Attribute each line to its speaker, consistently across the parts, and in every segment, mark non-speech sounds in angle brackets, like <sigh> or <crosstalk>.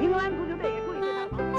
Speaker 1: 英格兰足球队也注意对他。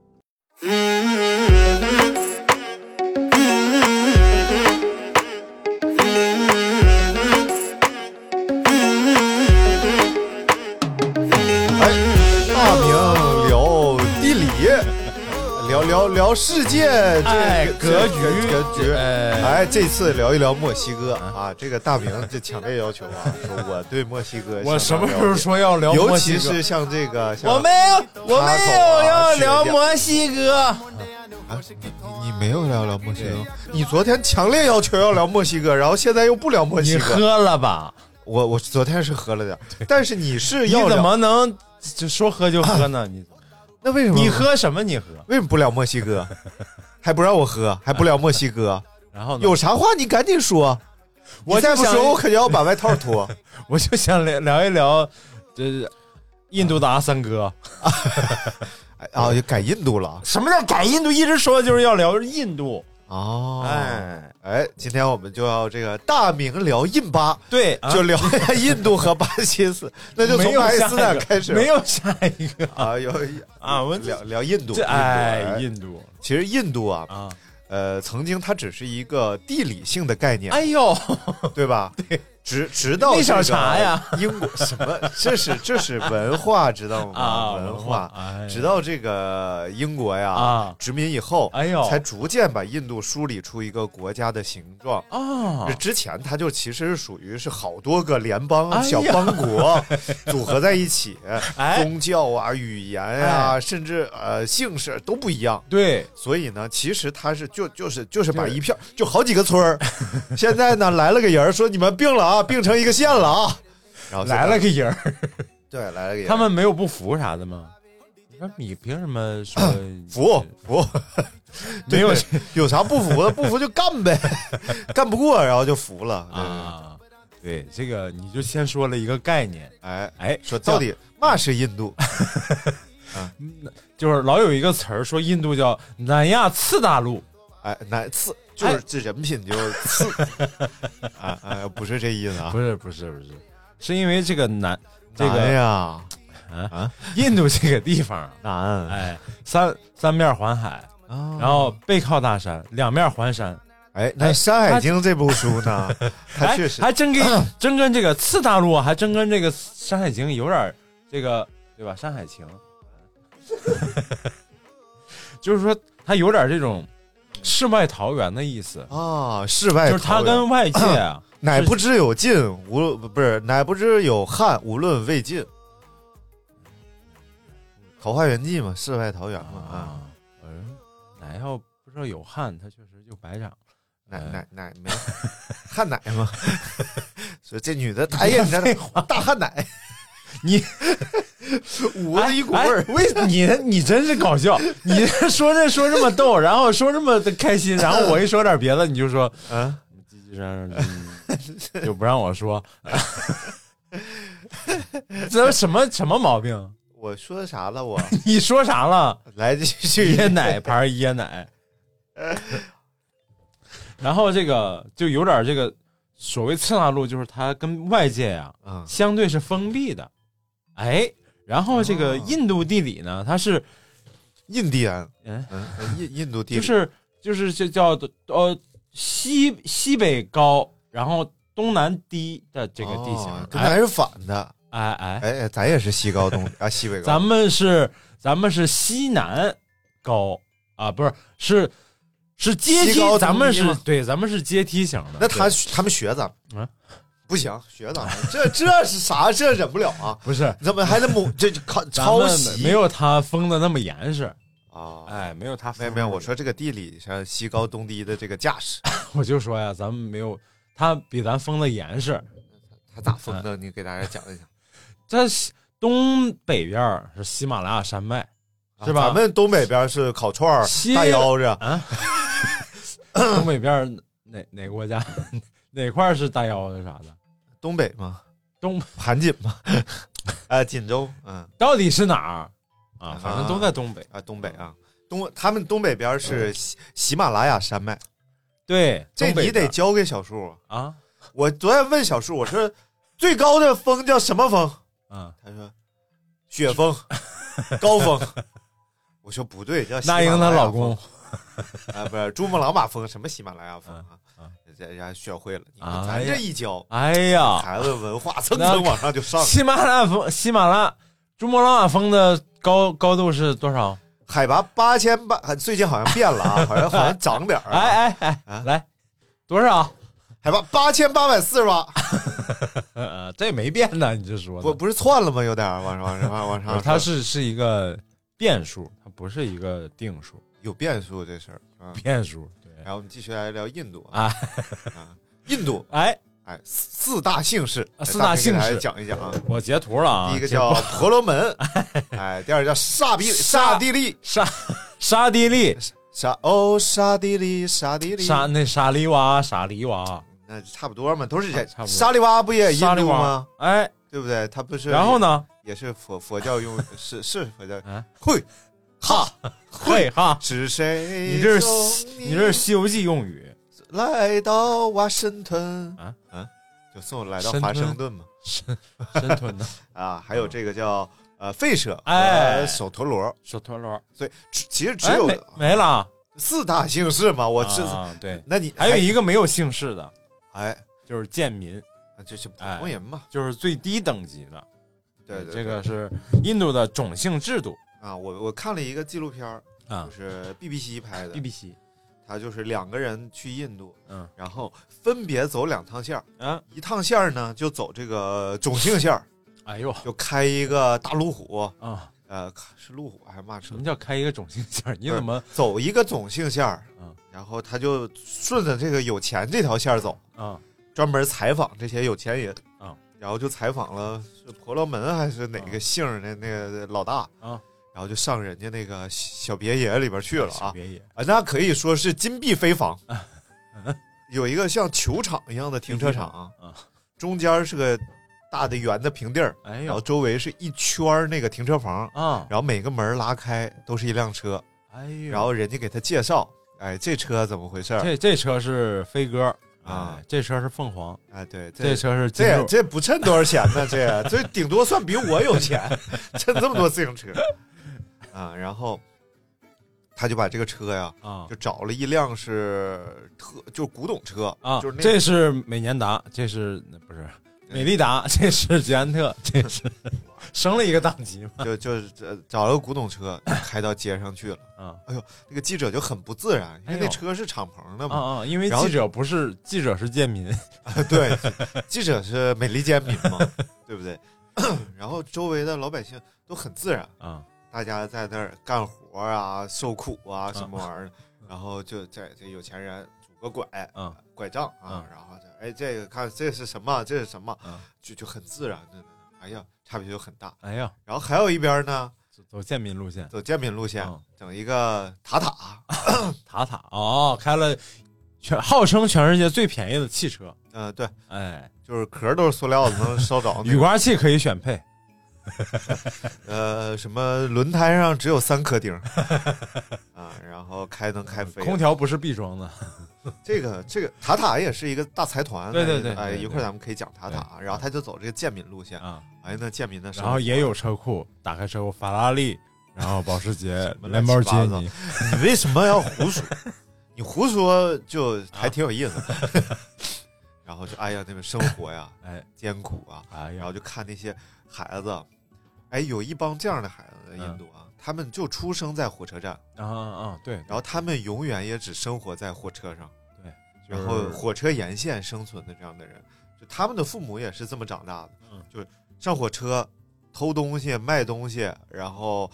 Speaker 2: 大明聊地理，聊聊聊世界这
Speaker 3: 哎
Speaker 2: 这
Speaker 3: 格局
Speaker 2: 这格局。
Speaker 3: 哎
Speaker 2: 哎，这次聊一聊墨西哥啊，这个大明这强烈要求
Speaker 4: <laughs>
Speaker 2: 啊，说我对墨西哥
Speaker 3: 我什
Speaker 2: 相
Speaker 3: 么时
Speaker 2: 当
Speaker 3: 候
Speaker 2: 了解
Speaker 3: 说要聊
Speaker 2: 尤
Speaker 3: 墨
Speaker 2: 其
Speaker 3: 西哥？
Speaker 2: 是像这个，像
Speaker 3: 我没有，我没有要聊墨西哥。
Speaker 2: 啊，你你没有聊聊墨西哥？你昨天强烈要求要聊墨西哥，然后现在又不聊墨西
Speaker 3: 你
Speaker 2: 哥。
Speaker 3: 喝了吧？
Speaker 2: 我我昨天是喝了点儿，但是你是
Speaker 3: 你
Speaker 2: 要
Speaker 3: 怎
Speaker 2: 聊啊
Speaker 3: 么能就说喝就喝呢？你
Speaker 2: 那为什么
Speaker 3: 你喝什么？你喝，
Speaker 2: 为 <laughs> 什么不聊墨西哥？还不让我喝，还不聊墨
Speaker 3: <laughs>
Speaker 2: 西哥？
Speaker 3: 然后呢？
Speaker 2: 有啥话你赶紧说，
Speaker 3: 我
Speaker 2: 你再
Speaker 3: 就
Speaker 2: 不
Speaker 3: 想
Speaker 2: 说我可就要把外套脱。
Speaker 3: <laughs> 我就想聊聊一聊，这印度的阿三哥。
Speaker 2: 哎啊，就改印度了
Speaker 3: 什么叫改印度？一直说就是要聊印度。
Speaker 2: 哦哎
Speaker 3: 哎，
Speaker 2: 哎，今天我们就要这个大明聊印巴，
Speaker 3: 对，啊
Speaker 2: 就聊一下印度和巴基斯，那就从
Speaker 3: 没有
Speaker 2: 巴基
Speaker 3: 下
Speaker 2: 斯
Speaker 3: 一
Speaker 2: 坦
Speaker 3: 个
Speaker 2: 开始吧。
Speaker 3: 没有下一个
Speaker 2: 啊，有
Speaker 3: <laughs> 啊我
Speaker 2: 聊聊印度，
Speaker 3: 这
Speaker 2: 印度啊
Speaker 3: 哎，印度
Speaker 2: 其实印度啊，
Speaker 3: 啊，
Speaker 2: 呃，曾经它只是一个地理性的概念，
Speaker 3: 哎 <laughs> 呦，
Speaker 2: 对吧？对，直直到
Speaker 3: 那
Speaker 2: 这
Speaker 3: 小
Speaker 2: 个
Speaker 3: 茶呀，
Speaker 2: 英国什么？这是这是文化，知道吗？
Speaker 3: 啊文
Speaker 2: 文
Speaker 3: 化哎呀
Speaker 2: 直到这个英国呀、
Speaker 3: 啊
Speaker 2: 殖民以后，
Speaker 3: 哎呦
Speaker 2: 才逐渐把印度梳理出一个国家的形状。
Speaker 3: 啊
Speaker 2: 这之前，它就其实是属于是好多个联邦、
Speaker 3: 哎呀
Speaker 2: 小邦
Speaker 3: <laughs>
Speaker 2: 国组合在一起，
Speaker 3: 哎
Speaker 2: 宗教啊、语言啊，甚至呃姓氏都不一样。
Speaker 3: 对，
Speaker 2: 所以呢，其实他是就就是就是把一片就好几个村儿， <laughs> 现在呢来了个人儿说你们并了啊，并成一个县了啊，然后现在
Speaker 3: 来了个人儿，
Speaker 2: 对来了个人，
Speaker 3: 他们没有不服啥的吗？你说你凭什么 <laughs> 说
Speaker 2: 服服，
Speaker 3: 没有
Speaker 2: 对有啥不服的， <laughs> 不服就干呗，干不过然后就服了啊，
Speaker 3: 啊？对，这个你就先说了一个概念，
Speaker 2: 哎
Speaker 3: 哎，
Speaker 2: 说到底嘛是印度，
Speaker 3: 就是老有一个词儿说印度叫南亚次大陆，
Speaker 2: 哎那次就是这人品就是次， <laughs> 啊哎不是这意思啊
Speaker 3: 不，是不是不是，是因为这个南这
Speaker 2: 难
Speaker 3: 个
Speaker 2: 哎呀
Speaker 3: 印度这个地方啊，
Speaker 2: 难，
Speaker 3: 哎，三三面环海，
Speaker 2: 啊
Speaker 3: 然后背靠大山，两面环山，
Speaker 2: 哎那《山海经》这部书呢， <laughs> 它
Speaker 3: 哎
Speaker 2: 确实
Speaker 3: 还真跟
Speaker 2: <clears throat>
Speaker 3: 真跟这个次大陆啊，还真跟这个《山海经》有点儿这个对吧？《山海
Speaker 2: <laughs>
Speaker 3: 情》就是说它有点儿这种世外桃源的意思，
Speaker 2: 啊，世外
Speaker 3: 就是它
Speaker 2: 桃源
Speaker 3: 跟外界
Speaker 2: <clears throat>
Speaker 3: 啊，
Speaker 2: 乃不知有尽，无论不是乃不知有汉，无论魏晋。《桃花源记》嘛，世外桃源嘛啊，
Speaker 3: 啊，我说哪要不知道有汉，他确实就白长了。
Speaker 2: 奶
Speaker 3: 嗯
Speaker 2: 奶奶没汉奶嘛， <laughs> 说这女的，哎呀，你
Speaker 3: <laughs> 废
Speaker 2: 这大汉奶，
Speaker 3: <laughs>
Speaker 2: <laughs>
Speaker 3: 你
Speaker 2: 捂着一股味儿
Speaker 3: 哎，哎为你你真是搞
Speaker 2: <laughs>
Speaker 3: 笑，你这说这说这么逗，然后说这么的开心，然后我一说点别的，你就说
Speaker 2: 嗯，
Speaker 3: 叽叽喳喳嗯就不让我说， <laughs> 这什么什么毛病？
Speaker 2: 我说啥了？我 <laughs>
Speaker 3: 你说啥了？
Speaker 2: 来继续
Speaker 3: 椰奶牌椰奶， <laughs> 然后这个就有点这个所谓次大陆，就是它跟外界呀、
Speaker 2: 啊
Speaker 3: 相对是封闭的，哎，然后这个
Speaker 2: 哦
Speaker 3: 印度地理呢，它是
Speaker 2: 印第安，
Speaker 3: 嗯
Speaker 2: 嗯，印印度地
Speaker 3: 就
Speaker 2: 理
Speaker 3: 是就是这叫呃西西北高，然后东南低的这个地形
Speaker 2: 哦，跟咱
Speaker 3: 哎
Speaker 2: 是反的，
Speaker 3: 哎哎，
Speaker 2: 哎，咱也是西高东啊，西北高，
Speaker 3: 咱们是咱们是西南高啊，不是是是阶
Speaker 2: 西
Speaker 3: 梯，
Speaker 2: 高
Speaker 3: 咱们
Speaker 2: 东
Speaker 3: 是
Speaker 2: 西吗
Speaker 3: 对，咱们是阶梯型的。
Speaker 2: 那他
Speaker 3: 对
Speaker 2: 他们学咱们
Speaker 3: 啊，
Speaker 2: 不行，学咱们，这这是啥？这忍不了啊！
Speaker 3: 不是
Speaker 2: 怎么还得母这靠
Speaker 3: 咱
Speaker 2: 抄
Speaker 3: 们
Speaker 2: 袭？
Speaker 3: 没有他封的那么严实，
Speaker 2: 啊？
Speaker 3: 哎，没有他封的那么
Speaker 2: 没有
Speaker 3: 严。
Speaker 2: 没有，我说这个地理上西高东低的这个架势，
Speaker 3: 我就说呀，咱们没有他比咱封的严实。
Speaker 5: 他咋封
Speaker 3: <laughs>
Speaker 5: 的？你给大家讲一讲，
Speaker 3: 它西东北边儿是喜马拉雅山脉，是吧？
Speaker 2: 啊咱们东北边是烤串儿
Speaker 3: 西、
Speaker 2: 大腰子，
Speaker 3: 啊，东北边儿哪哪个国家 <laughs> 哪块儿是大腰子啥的？
Speaker 2: 东北嘛，
Speaker 3: 东
Speaker 2: 盘锦嘛， <laughs> 啊，锦州，嗯
Speaker 3: 到底是哪儿啊？反正都在东北。
Speaker 2: 啊，东北啊，东他们东北边是喜喜马拉雅山脉，
Speaker 3: 对，
Speaker 2: 这
Speaker 3: 东北
Speaker 2: 你得
Speaker 3: 边
Speaker 2: 交给小树。
Speaker 3: 啊，
Speaker 2: 我昨天问小树，我说最高的峰叫什么峰？
Speaker 3: 嗯，
Speaker 2: 他说雪峰、高峰。我说不对，叫喜
Speaker 3: 那
Speaker 2: 马拉雅
Speaker 3: 英
Speaker 2: 峰
Speaker 3: 她老公
Speaker 2: 啊，不是珠穆朗玛峰，什么喜马拉雅峰啊
Speaker 3: 嗯？
Speaker 2: 这人家学会了，你
Speaker 3: 哎
Speaker 2: 看
Speaker 3: 呀
Speaker 2: 咱这一教，
Speaker 3: 哎呀，
Speaker 2: 孩子文化蹭
Speaker 3: 那
Speaker 2: 蹭往上就上了，
Speaker 3: 喜马拉雅峰，喜马拉珠穆朗玛峰的高高度是多少？
Speaker 2: 海拔八千八，呃最近好像变了啊，好像好像涨点儿啊，
Speaker 3: 哎哎哎，
Speaker 2: 啊
Speaker 3: 来多少？
Speaker 2: 海拔八千八百四十八，
Speaker 3: 呃，这没变呢，你这说的
Speaker 2: 不不啊是窜了吗？有点儿往上往上往
Speaker 3: 不是
Speaker 2: 上，
Speaker 3: 它是是一个变数，它不是一个定数，
Speaker 2: 有变数这事儿啊。
Speaker 3: 变数。对，
Speaker 2: 然后我们继续来聊印度
Speaker 3: 啊
Speaker 2: 啊，啊印度
Speaker 3: 哎，
Speaker 2: 哎四四大姓氏，
Speaker 3: 啊四
Speaker 2: 哎
Speaker 3: 大
Speaker 2: 给大
Speaker 3: 姓
Speaker 2: 家
Speaker 3: 氏
Speaker 2: 讲一讲啊。
Speaker 3: 我截图了啊，
Speaker 2: 第一个
Speaker 3: 截
Speaker 2: 叫婆
Speaker 3: <laughs>
Speaker 2: 罗门，哎，第二个叫刹比
Speaker 3: 刹
Speaker 2: 刹帝利，
Speaker 3: 沙沙地利
Speaker 2: 刹哦刹帝利刹帝利，
Speaker 3: 沙那沙利娃沙利娃
Speaker 2: 那差不多嘛，都是这
Speaker 3: 啊差不多
Speaker 2: 沙利娃不也印
Speaker 3: 沙利
Speaker 2: 度
Speaker 3: 娃
Speaker 2: 吗？，
Speaker 3: 哎，
Speaker 2: 对不对？他不是
Speaker 3: 然后呢？
Speaker 2: 也是佛佛教用是是
Speaker 3: <laughs>
Speaker 2: 佛教
Speaker 3: 啊，
Speaker 2: 会哈
Speaker 3: 嘿哈，
Speaker 2: 是谁？
Speaker 3: <laughs> 你这是你这是《西游记》用 <laughs> 语，
Speaker 2: 来到华盛顿
Speaker 3: 啊
Speaker 2: 啊，就送我来到
Speaker 3: 深
Speaker 2: 华
Speaker 3: 吞
Speaker 2: 盛顿嘛
Speaker 3: 深深吞
Speaker 2: <laughs>
Speaker 3: 的
Speaker 2: 啊，还有这个叫呃吠舍
Speaker 3: 哎
Speaker 2: 和首陀罗，
Speaker 3: 小陀螺，
Speaker 2: 所以只其实只
Speaker 3: 哎
Speaker 2: 有
Speaker 3: 没没了，
Speaker 2: 四大姓氏嘛，我这
Speaker 3: 啊对，
Speaker 2: 那你
Speaker 3: 还有一个没有姓氏的，
Speaker 2: 哎，
Speaker 3: 就是贱民，
Speaker 2: 就是普通人嘛，
Speaker 3: 就是最低等级的，
Speaker 2: 对对，
Speaker 3: 哎这
Speaker 2: 对
Speaker 3: 个是印度的种姓制度
Speaker 2: 啊，我我看了一个纪录片儿，
Speaker 3: 啊
Speaker 2: 就是 BBC 拍的，
Speaker 3: ，BBC，
Speaker 2: 他就是两个人去印度，
Speaker 3: 嗯
Speaker 2: 然后分别走两趟线儿，
Speaker 3: 啊，
Speaker 2: 一趟线儿呢就走这个种姓线儿，
Speaker 3: 哎呦
Speaker 2: 就开一个大路虎，
Speaker 3: 啊，
Speaker 2: 呃，是路虎还是嘛
Speaker 3: 什
Speaker 2: 车
Speaker 3: 么？叫开一个种姓线儿？你怎么
Speaker 2: 走一个种姓线儿
Speaker 3: 嗯，
Speaker 2: 然后他就顺着这个有钱这条线儿走，
Speaker 3: 啊？
Speaker 2: 专门采访这些有钱人
Speaker 3: 啊，
Speaker 2: 然后就采访了是婆罗门还是哪个姓儿的那个老大
Speaker 3: 啊，
Speaker 2: 然后就上人家那个小别野里边去了
Speaker 3: 小
Speaker 2: 啊
Speaker 3: 别野
Speaker 2: 啊，那可以说是金碧辉煌， <laughs> 有一个像球场一样的停车场，
Speaker 3: 啊，
Speaker 2: 中间是个大的圆的平地儿，
Speaker 3: 哎
Speaker 2: 然后
Speaker 3: 呦
Speaker 2: 周围是一圈儿那个停车房，
Speaker 3: 啊，
Speaker 2: 然后每个门儿拉开都是一辆车，
Speaker 3: 哎呦，
Speaker 2: 然后人家给他介绍，哎，这车怎么回事儿？
Speaker 3: 这这车是飞鸽
Speaker 2: 啊
Speaker 3: 哎这车是凤凰，
Speaker 2: 啊，对，
Speaker 3: 这车是金
Speaker 2: 这
Speaker 3: 鹿，
Speaker 2: 这不趁多少钱呢？这这顶多算比我有钱， <laughs> 趁这么多自行车啊。然后他就把这个车呀，
Speaker 3: 啊
Speaker 2: 就找了一辆是特就是古董车
Speaker 3: 啊，
Speaker 2: 就是那
Speaker 3: 这是美年达，这是不是美利达，这是捷安特，这是 <laughs> 升了一个档级嘛？
Speaker 2: 就就是呃找了个古董车开到街上去了。哎
Speaker 3: 啊
Speaker 2: 那个记者就很不自然，
Speaker 3: 哎
Speaker 2: 因为
Speaker 3: 呦
Speaker 2: 那车是敞篷的
Speaker 3: 啊
Speaker 2: 嘛，
Speaker 3: 啊！因为
Speaker 2: 然后
Speaker 3: 记者不是记者是贱民，
Speaker 2: <laughs> 对，记者是美利坚民嘛，对不对？ <coughs> 然后周围的老百姓都很自然，
Speaker 3: 啊
Speaker 2: 大家在那儿干活啊、受苦
Speaker 3: 嗯
Speaker 2: 啊什么玩意儿，然后就在这有钱人拄个拐，
Speaker 3: 嗯
Speaker 2: 拐杖
Speaker 3: 嗯，
Speaker 2: 啊然后这哎这个看这是什么，这是什么，
Speaker 3: 嗯
Speaker 2: 就就很自然的，哎呀，差别就很大。
Speaker 3: 哎呀，
Speaker 2: 然后还有一边呢，
Speaker 3: 走走贱民路线，
Speaker 2: 走建民路线
Speaker 3: 嗯，
Speaker 2: 整一个塔塔，
Speaker 3: 塔塔哦，开了全号称全世界最便宜的汽车，
Speaker 2: 呃，对，
Speaker 3: 哎，
Speaker 2: 就是壳都是塑料的，能烧着那
Speaker 3: <laughs> 雨
Speaker 2: 种。
Speaker 3: 刮器可以选配，
Speaker 2: 呃，什么轮胎上只有三颗钉儿 <laughs> 啊，然后开能开飞。
Speaker 3: 空调不是必装的，
Speaker 2: 这个这个塔塔也是一个大财团，
Speaker 3: 对对对
Speaker 2: 哎，
Speaker 3: 对对
Speaker 2: 一会儿咱们可以讲塔塔，然后他就走这个贱民路线，
Speaker 3: 啊，
Speaker 2: 哎，那贱民的生活，
Speaker 3: 然后也有车库，打开车库，法拉利，然后保时捷、
Speaker 2: 么
Speaker 3: 兰
Speaker 2: 乱七
Speaker 3: 博
Speaker 2: 八
Speaker 3: 基
Speaker 2: 糟
Speaker 3: 尼，
Speaker 2: 你为什么要胡说？ <laughs> 你胡说就还挺有意思的。 <laughs> 然后就哎呀，那个生活呀
Speaker 3: 哎
Speaker 2: 艰苦啊，
Speaker 3: 哎
Speaker 2: 然
Speaker 3: 呀
Speaker 2: 后就看那些孩子，哎，有一帮这样的孩
Speaker 3: 嗯
Speaker 2: 子在印度啊，他们就出生在火车站，
Speaker 3: 啊啊对，
Speaker 2: 然后他们永远也只生活在火车上，
Speaker 3: 就
Speaker 2: 然
Speaker 3: 是
Speaker 2: 后火车沿线生存的这样的人，就他们的父母也是这么长大的，
Speaker 3: 嗯
Speaker 2: 就是上火车偷东西、卖东西，然后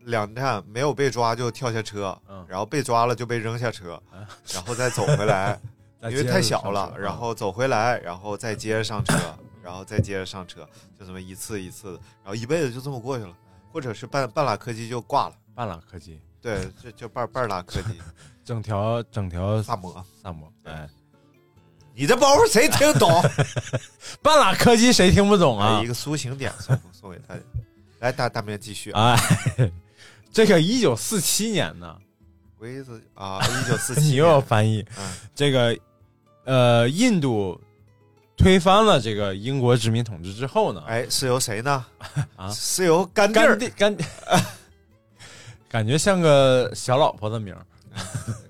Speaker 2: 两站没有被抓就跳下车，
Speaker 3: 嗯
Speaker 2: 然后被抓了就被扔下车，
Speaker 3: 啊 <laughs>
Speaker 2: 然后再走回来，
Speaker 3: 啊
Speaker 2: 因
Speaker 3: 接
Speaker 2: 为太
Speaker 3: 着
Speaker 2: 小
Speaker 3: 上嗯
Speaker 2: 了，
Speaker 3: 车嗯
Speaker 2: 然后走回来，然后再接着上车，然后再接着上车，就这么一次一次的，然后一辈子就这么过去了，
Speaker 3: 嗯
Speaker 2: 或者是半半拉柯基就挂了，
Speaker 3: 半拉柯基，
Speaker 2: 对，就就半半拉
Speaker 3: <laughs>
Speaker 2: 柯基
Speaker 3: 整条整条
Speaker 2: 萨摩。
Speaker 3: 萨摩，哎，
Speaker 2: <laughs> 你这包袱谁听懂？
Speaker 3: 半拉柯基谁听不懂啊
Speaker 2: 一？个抒情点送送给大家。来，大大明继续啊，
Speaker 3: 哎，这个一九四七年呢，
Speaker 2: 鬼子啊，一九四七，
Speaker 3: <laughs> 你又要翻译
Speaker 2: 嗯
Speaker 3: 这个，呃，印度推翻了这个英国殖民统治之后呢，
Speaker 2: 哎，是由谁呢？
Speaker 3: 啊
Speaker 2: 是由甘地
Speaker 3: 甘
Speaker 2: 儿
Speaker 3: 地甘地， <laughs> 感觉像个小老婆的名儿，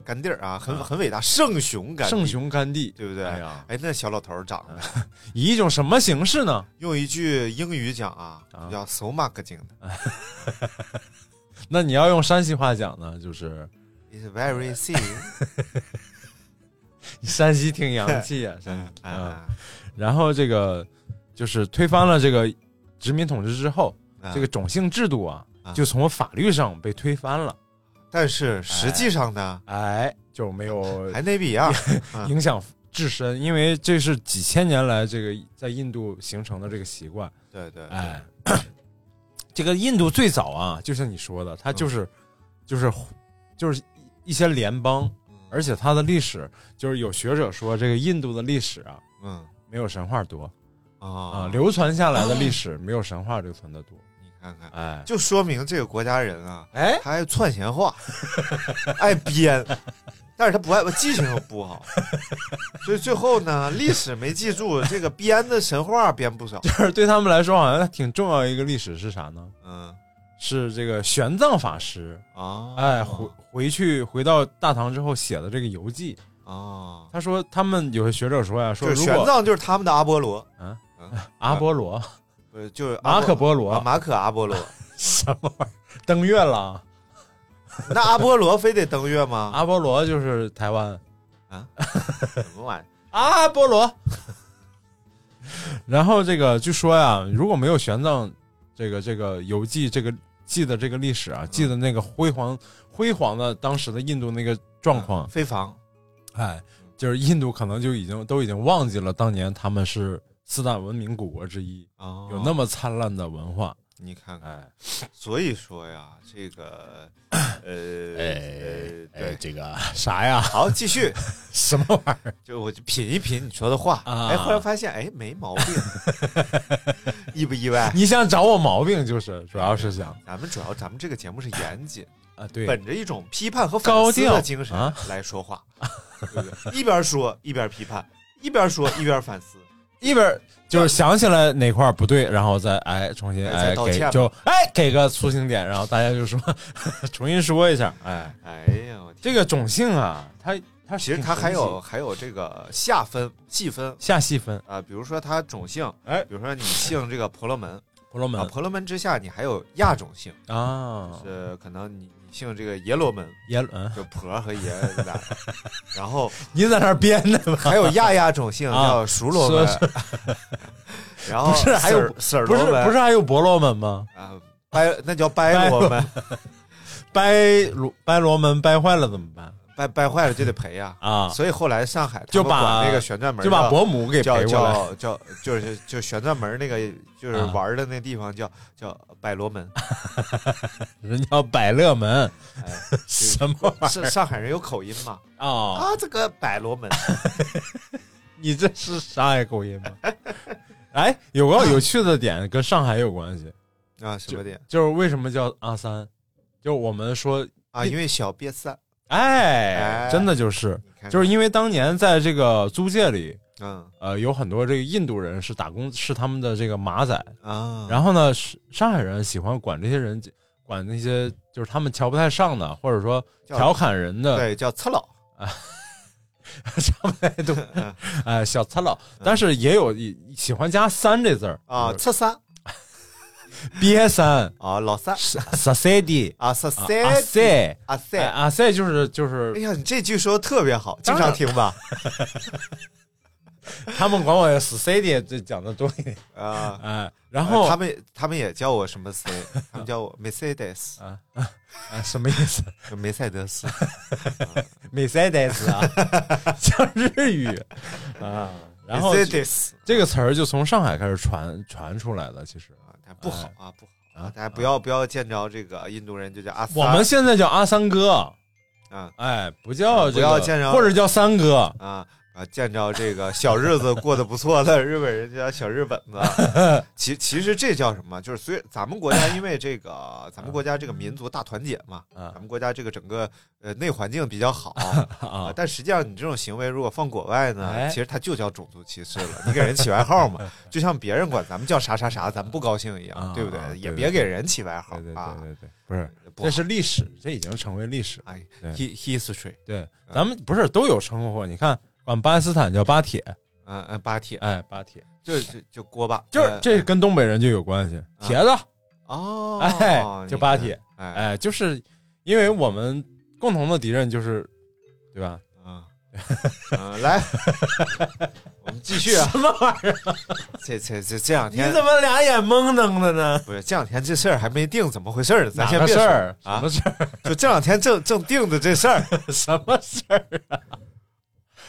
Speaker 2: 甘地儿啊，很很伟大，圣雄甘地
Speaker 3: 圣，雄甘地，
Speaker 2: 对不对？
Speaker 3: 哎呀嗯
Speaker 2: 哎，那小老头儿长得，
Speaker 3: 以一种什么形式呢？
Speaker 2: 用一句英语讲啊，
Speaker 3: 啊
Speaker 2: 就叫 “so mark 精的
Speaker 3: 那你要用山西话讲呢，就是
Speaker 2: ，is very
Speaker 3: <laughs>
Speaker 2: thin
Speaker 3: 山西挺洋气
Speaker 2: <laughs>
Speaker 3: 啊，山西。
Speaker 2: 啊
Speaker 3: 然后这个就是推翻了这个殖民统治之后，”。
Speaker 2: 啊
Speaker 3: 这个，种姓制度啊
Speaker 2: 啊，
Speaker 3: 就从法律上被推翻了，
Speaker 2: 但是实际上呢，
Speaker 3: 哎，就没有
Speaker 2: 还那逼
Speaker 3: <laughs>
Speaker 2: 样，啊
Speaker 3: 影响至深，因为这是几千年来这个在印度形成的这个习惯。
Speaker 2: 对对，
Speaker 3: 哎，这个印度最早啊，就像你说的，它就是、
Speaker 2: 嗯
Speaker 3: 就是就是一些联邦，而且它的历史就是有学者说，这个印度的历史啊，
Speaker 2: 嗯
Speaker 3: 没有神话多啊、
Speaker 2: 啊，
Speaker 3: 流传下来的
Speaker 2: <clears throat>
Speaker 3: 历史没有神话流传的多。
Speaker 2: 你看看，
Speaker 3: 哎
Speaker 2: 就说明这个国家人啊，
Speaker 3: 哎，
Speaker 2: 他爱串闲话，爱编，但是他不爱记性又不好，所以最后呢，历史没记住，这个编的神话编不少。
Speaker 3: 就是对他们来说，好像挺重要一个历史是啥呢？
Speaker 2: 嗯
Speaker 3: 是这个玄奘法师，
Speaker 2: 啊，
Speaker 3: 哎，回回去回到大唐之后写的这个游记。
Speaker 2: 啊，
Speaker 3: 他说，他们有些学者说呀、说
Speaker 2: 就是
Speaker 3: 如
Speaker 2: 玄
Speaker 3: 果
Speaker 2: 奘就是他们的阿波罗，
Speaker 3: 啊
Speaker 2: 嗯，
Speaker 3: 阿波罗、
Speaker 2: 不是就是阿
Speaker 3: 马可波罗、
Speaker 2: 啊马可阿波罗，
Speaker 3: 什么玩意儿？登月了？
Speaker 2: 那阿波罗非得登月吗？
Speaker 3: 阿波罗就是台湾，
Speaker 2: 什么玩意儿？
Speaker 3: 阿波罗。 <laughs> 然后这个据说呀，如果没有玄奘这个这个游记这个记的这个历史啊，记得那个辉煌辉煌的当时的印度那个 <laughs> 状况，
Speaker 2: 非常
Speaker 3: 哎，就是印度可能就已经都已经忘记了当年他们是四大文明古国之一，
Speaker 2: 啊
Speaker 3: 有那么灿烂的文化，
Speaker 2: 你看看，
Speaker 3: 哎
Speaker 2: 所以说呀，这个呃呃对，
Speaker 3: 哎这个 <laughs> 啥呀，
Speaker 2: 好继续。
Speaker 3: 什么玩意儿？ <laughs>
Speaker 2: 就我就品一品你说的话，
Speaker 3: 啊
Speaker 2: 哎，忽然发现哎没毛病， <laughs> 意不意外？
Speaker 3: 你想找我毛病，就是主要是想
Speaker 2: 咱们主要咱们这个节目是严谨，
Speaker 3: 啊，对，
Speaker 2: 本着一种批判和
Speaker 3: 高
Speaker 2: 反思
Speaker 3: 调
Speaker 2: 的精神
Speaker 3: 啊
Speaker 2: 来说话，对不对？一边说一边批判，一边说一边反思，
Speaker 3: 一边就是想起来哪块儿不对，然后再哎重新
Speaker 2: 哎
Speaker 3: 哎
Speaker 2: 再道
Speaker 3: 给
Speaker 2: 歉
Speaker 3: 就哎给个粗心点，然后大家就说 <laughs> 重新说一下，哎，
Speaker 2: 哎呀，我天
Speaker 3: 这个种姓啊，它它
Speaker 2: 其实它还有还有这个下分细分
Speaker 3: 下细分，
Speaker 2: 啊，比如说它种姓，
Speaker 3: 哎
Speaker 2: 比如说你姓这个婆罗门
Speaker 3: 婆罗门
Speaker 2: 啊，婆罗门之下你还有亚种姓，
Speaker 3: 啊，
Speaker 2: 是可能你你姓这个耶罗门，
Speaker 3: 耶鲁嗯，
Speaker 2: 就婆和爷俩， <laughs> 然后。
Speaker 3: 你在那儿编的 <laughs> 吧？
Speaker 2: 还有亚亚种姓
Speaker 3: 啊
Speaker 2: 叫熟罗门， <laughs>
Speaker 3: <laughs>
Speaker 2: 然后
Speaker 3: 不是还有
Speaker 2: 婶儿
Speaker 3: 不是
Speaker 2: 罗门
Speaker 3: 不是还有婆罗门吗？
Speaker 2: 啊，掰那叫掰罗门，
Speaker 3: 掰罗掰罗门掰坏了怎么办
Speaker 2: 掰掰坏了就得赔呀
Speaker 3: 啊
Speaker 2: 所以后来上海他们
Speaker 3: 就把
Speaker 2: 管那个旋转门
Speaker 3: 就把
Speaker 2: 叫
Speaker 3: 伯母给
Speaker 2: 叫
Speaker 3: 赔过来
Speaker 2: 叫叫就是就旋转门那个就是
Speaker 3: 啊
Speaker 2: 玩的那地方叫叫百
Speaker 3: <laughs>
Speaker 2: 罗门，
Speaker 3: 人家叫百乐门，
Speaker 2: <laughs> 哎
Speaker 3: 什么玩意
Speaker 2: 是上海人有口音嘛？
Speaker 3: 儿啊？
Speaker 2: 啊，这个百
Speaker 3: <laughs>
Speaker 2: 罗门，
Speaker 3: 你这是啥呀口音
Speaker 2: <laughs>
Speaker 3: 吗？哎，有个有趣的点跟上海有关系，
Speaker 2: 啊什么点
Speaker 3: 就是为什么叫阿三？就我们说，
Speaker 2: 啊？因为小瘪三，
Speaker 3: 哎，
Speaker 2: 哎
Speaker 3: 真的就是，
Speaker 2: 你看看
Speaker 3: 就是因为当年在这个租界里，
Speaker 2: 嗯
Speaker 3: 呃，有很多这个印度人是打工，是他们的这个马仔。
Speaker 2: 啊，
Speaker 3: 然后呢，是上海人喜欢管这些人，管那些就是他们瞧不太上的，或者说
Speaker 2: 叫
Speaker 3: 调侃人 <laughs> 的，
Speaker 2: 对叫侧老，
Speaker 3: 上不太多，
Speaker 2: 嗯 <laughs>
Speaker 3: 哎，小苍老。但是也有一喜欢加“三”这字儿
Speaker 2: 啊，侧三
Speaker 3: 瘪
Speaker 2: <laughs>
Speaker 3: 三、
Speaker 2: 啊，老三
Speaker 3: 撒塞的、
Speaker 2: 啊，塞
Speaker 3: 啊阿
Speaker 2: 塞
Speaker 3: 塞、
Speaker 2: 啊
Speaker 3: 哎
Speaker 2: 塞。
Speaker 3: 阿塞就是就
Speaker 2: 哎
Speaker 3: 是 <laughs>
Speaker 2: 呀，你这句说的特别好，经
Speaker 3: 当然
Speaker 2: 常听吧？
Speaker 3: 他们管我死 C D 这讲的多一点，
Speaker 2: 啊。
Speaker 3: 哎，然后
Speaker 2: 呃他们他们也叫我什么 C，
Speaker 3: <laughs>
Speaker 2: 他们叫我 Mercedes，呃
Speaker 3: 啊啊啊什么意思？
Speaker 2: 梅赛德斯。
Speaker 3: 美塞代斯啊， <laughs> 像日语啊， <laughs> 然后
Speaker 2: Mercedes
Speaker 3: 这个词儿就从上海开始传传出来的，其实。
Speaker 2: 啊，但不好啊，不
Speaker 3: 啊
Speaker 2: 好啊，大家不要不要见着这个印度人就叫阿斯
Speaker 3: 我们现在叫阿三哥，
Speaker 2: 啊
Speaker 3: 哎，不叫这个
Speaker 2: 不要见着
Speaker 3: 或者叫三哥，
Speaker 2: 啊啊，见着这个小日子过得不错的日本人就叫小日本子。啊
Speaker 3: <laughs>
Speaker 2: 其其实这叫什么？就是虽咱们国家因为这个咱们国家这个民族大团结嘛，
Speaker 3: 啊
Speaker 2: 咱们国家这个整个呃内环境比较好
Speaker 3: <laughs> 啊
Speaker 2: 啊，但实际上你这种行为如果放国外呢
Speaker 3: 哎，
Speaker 2: 其实它就叫种族歧视了。你给人起外
Speaker 3: <laughs>
Speaker 2: 号嘛，就像别人管咱们叫啥啥啥，咱们不高兴一
Speaker 3: 啊
Speaker 2: 样，对不对
Speaker 3: 啊？
Speaker 2: 也
Speaker 3: 对
Speaker 2: 别
Speaker 3: 对
Speaker 2: 给人起外号
Speaker 3: 对对
Speaker 2: 啊
Speaker 3: 对，对对，不是，
Speaker 2: 不
Speaker 3: 这
Speaker 2: 好
Speaker 3: 是历史，这已经成为历史。
Speaker 2: 哎
Speaker 3: 对
Speaker 2: ，he history，
Speaker 3: 对，
Speaker 2: 嗯
Speaker 3: 咱们不是都有称呼，你看管巴基斯坦叫巴铁，
Speaker 2: 嗯嗯，巴铁，
Speaker 3: 哎，巴铁，
Speaker 2: 就就就锅巴，
Speaker 3: 就是
Speaker 2: 呃
Speaker 3: 这跟东北人就有关系，
Speaker 2: 嗯
Speaker 3: 铁子，
Speaker 2: 哦，
Speaker 3: 哎
Speaker 2: 你
Speaker 3: 就巴
Speaker 2: 看
Speaker 3: 铁，
Speaker 2: 哎
Speaker 3: 哎，就是因为我们共同的敌人就是，对吧？
Speaker 2: 嗯嗯，来， <laughs> 我们继续啊，
Speaker 3: 什么玩意儿？
Speaker 2: 这这这这两
Speaker 3: 你
Speaker 2: 天
Speaker 3: 怎么俩眼蒙瞪的呢？
Speaker 2: 不是这两天这事儿还没定怎么回事儿呢，咱
Speaker 3: 哪
Speaker 2: 先
Speaker 3: 个
Speaker 2: 别
Speaker 3: 事
Speaker 2: 说
Speaker 3: 儿？什
Speaker 2: 啊
Speaker 3: 么，事儿？
Speaker 2: 就这两天正正定的这事
Speaker 3: <laughs>
Speaker 2: 儿，
Speaker 3: 什么事儿？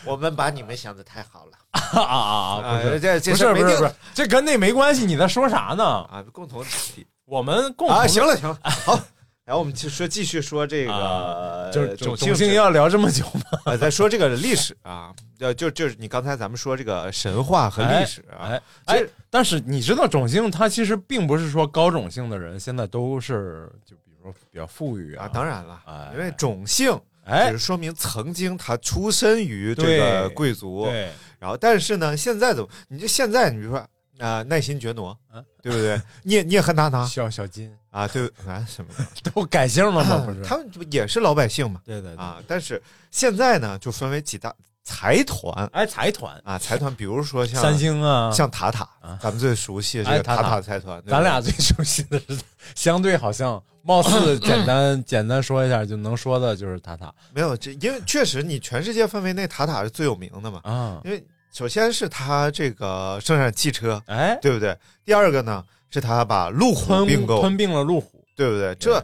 Speaker 2: 我们把你们想的太好了
Speaker 3: 啊啊啊！
Speaker 2: 啊
Speaker 3: 不，是，
Speaker 2: 这
Speaker 3: 不
Speaker 2: 这事
Speaker 3: 是，
Speaker 2: 儿
Speaker 3: 不
Speaker 2: 没
Speaker 3: 是，
Speaker 2: 定
Speaker 3: 不是，这跟那没关系。你在说啥呢？
Speaker 2: 啊，共同体
Speaker 3: 我们共同
Speaker 2: 啊，行了行了，好，然后我们就说继续说这
Speaker 3: 啊
Speaker 2: 个呃
Speaker 3: 就是
Speaker 2: 种
Speaker 3: 种种
Speaker 2: 质
Speaker 3: 姓要聊这么
Speaker 2: <laughs>
Speaker 3: 久吗？
Speaker 2: 啊，再说这个历史啊，呃，就就是你刚才咱们说这个神话和历史啊，
Speaker 3: 哎哎
Speaker 2: 其实，
Speaker 3: 但是你知道种姓，它其实并不是说高种姓的人现在都是就比如说比较富裕
Speaker 2: 啊，当然了
Speaker 3: 哎，
Speaker 2: 因为种姓只
Speaker 3: 哎
Speaker 2: 是，说明曾经他出身于这个
Speaker 3: 对
Speaker 2: 贵族，
Speaker 3: 对，
Speaker 2: 然后但是呢，现在怎么？你就现在你比如说啊、耐心觉罗
Speaker 3: 嗯，
Speaker 2: 对不对？ <laughs> 聂聂赫那拉
Speaker 3: 小小金
Speaker 2: 啊，对啊什
Speaker 3: <laughs>
Speaker 2: 么？啊
Speaker 3: 都改姓了吗？不是，
Speaker 2: 他们不也是老百姓嘛
Speaker 3: 对对对，
Speaker 2: 啊，但是现在呢，就分为几大财团
Speaker 3: 哎，财团，
Speaker 2: 啊，财团，比如说像
Speaker 3: 三星啊，
Speaker 2: 像塔塔
Speaker 3: 啊，
Speaker 2: 咱们最熟悉的这
Speaker 3: 哎
Speaker 2: 个
Speaker 3: 塔
Speaker 2: 塔
Speaker 3: 塔
Speaker 2: 塔财团，对吧
Speaker 3: 咱俩最熟悉的是，相对好像貌
Speaker 2: <clears throat>
Speaker 3: 似简单简单说一下就能说的就是塔塔
Speaker 2: 没有，这因为确实你全世界范围内塔塔是最有名的嘛，
Speaker 3: 啊，
Speaker 2: 因为首先是它这个生产汽车，
Speaker 3: 哎，
Speaker 2: 对不对？第二个呢是它把路虎
Speaker 3: 吞
Speaker 2: 并购，
Speaker 3: 吞并了路虎，
Speaker 2: 对不对？这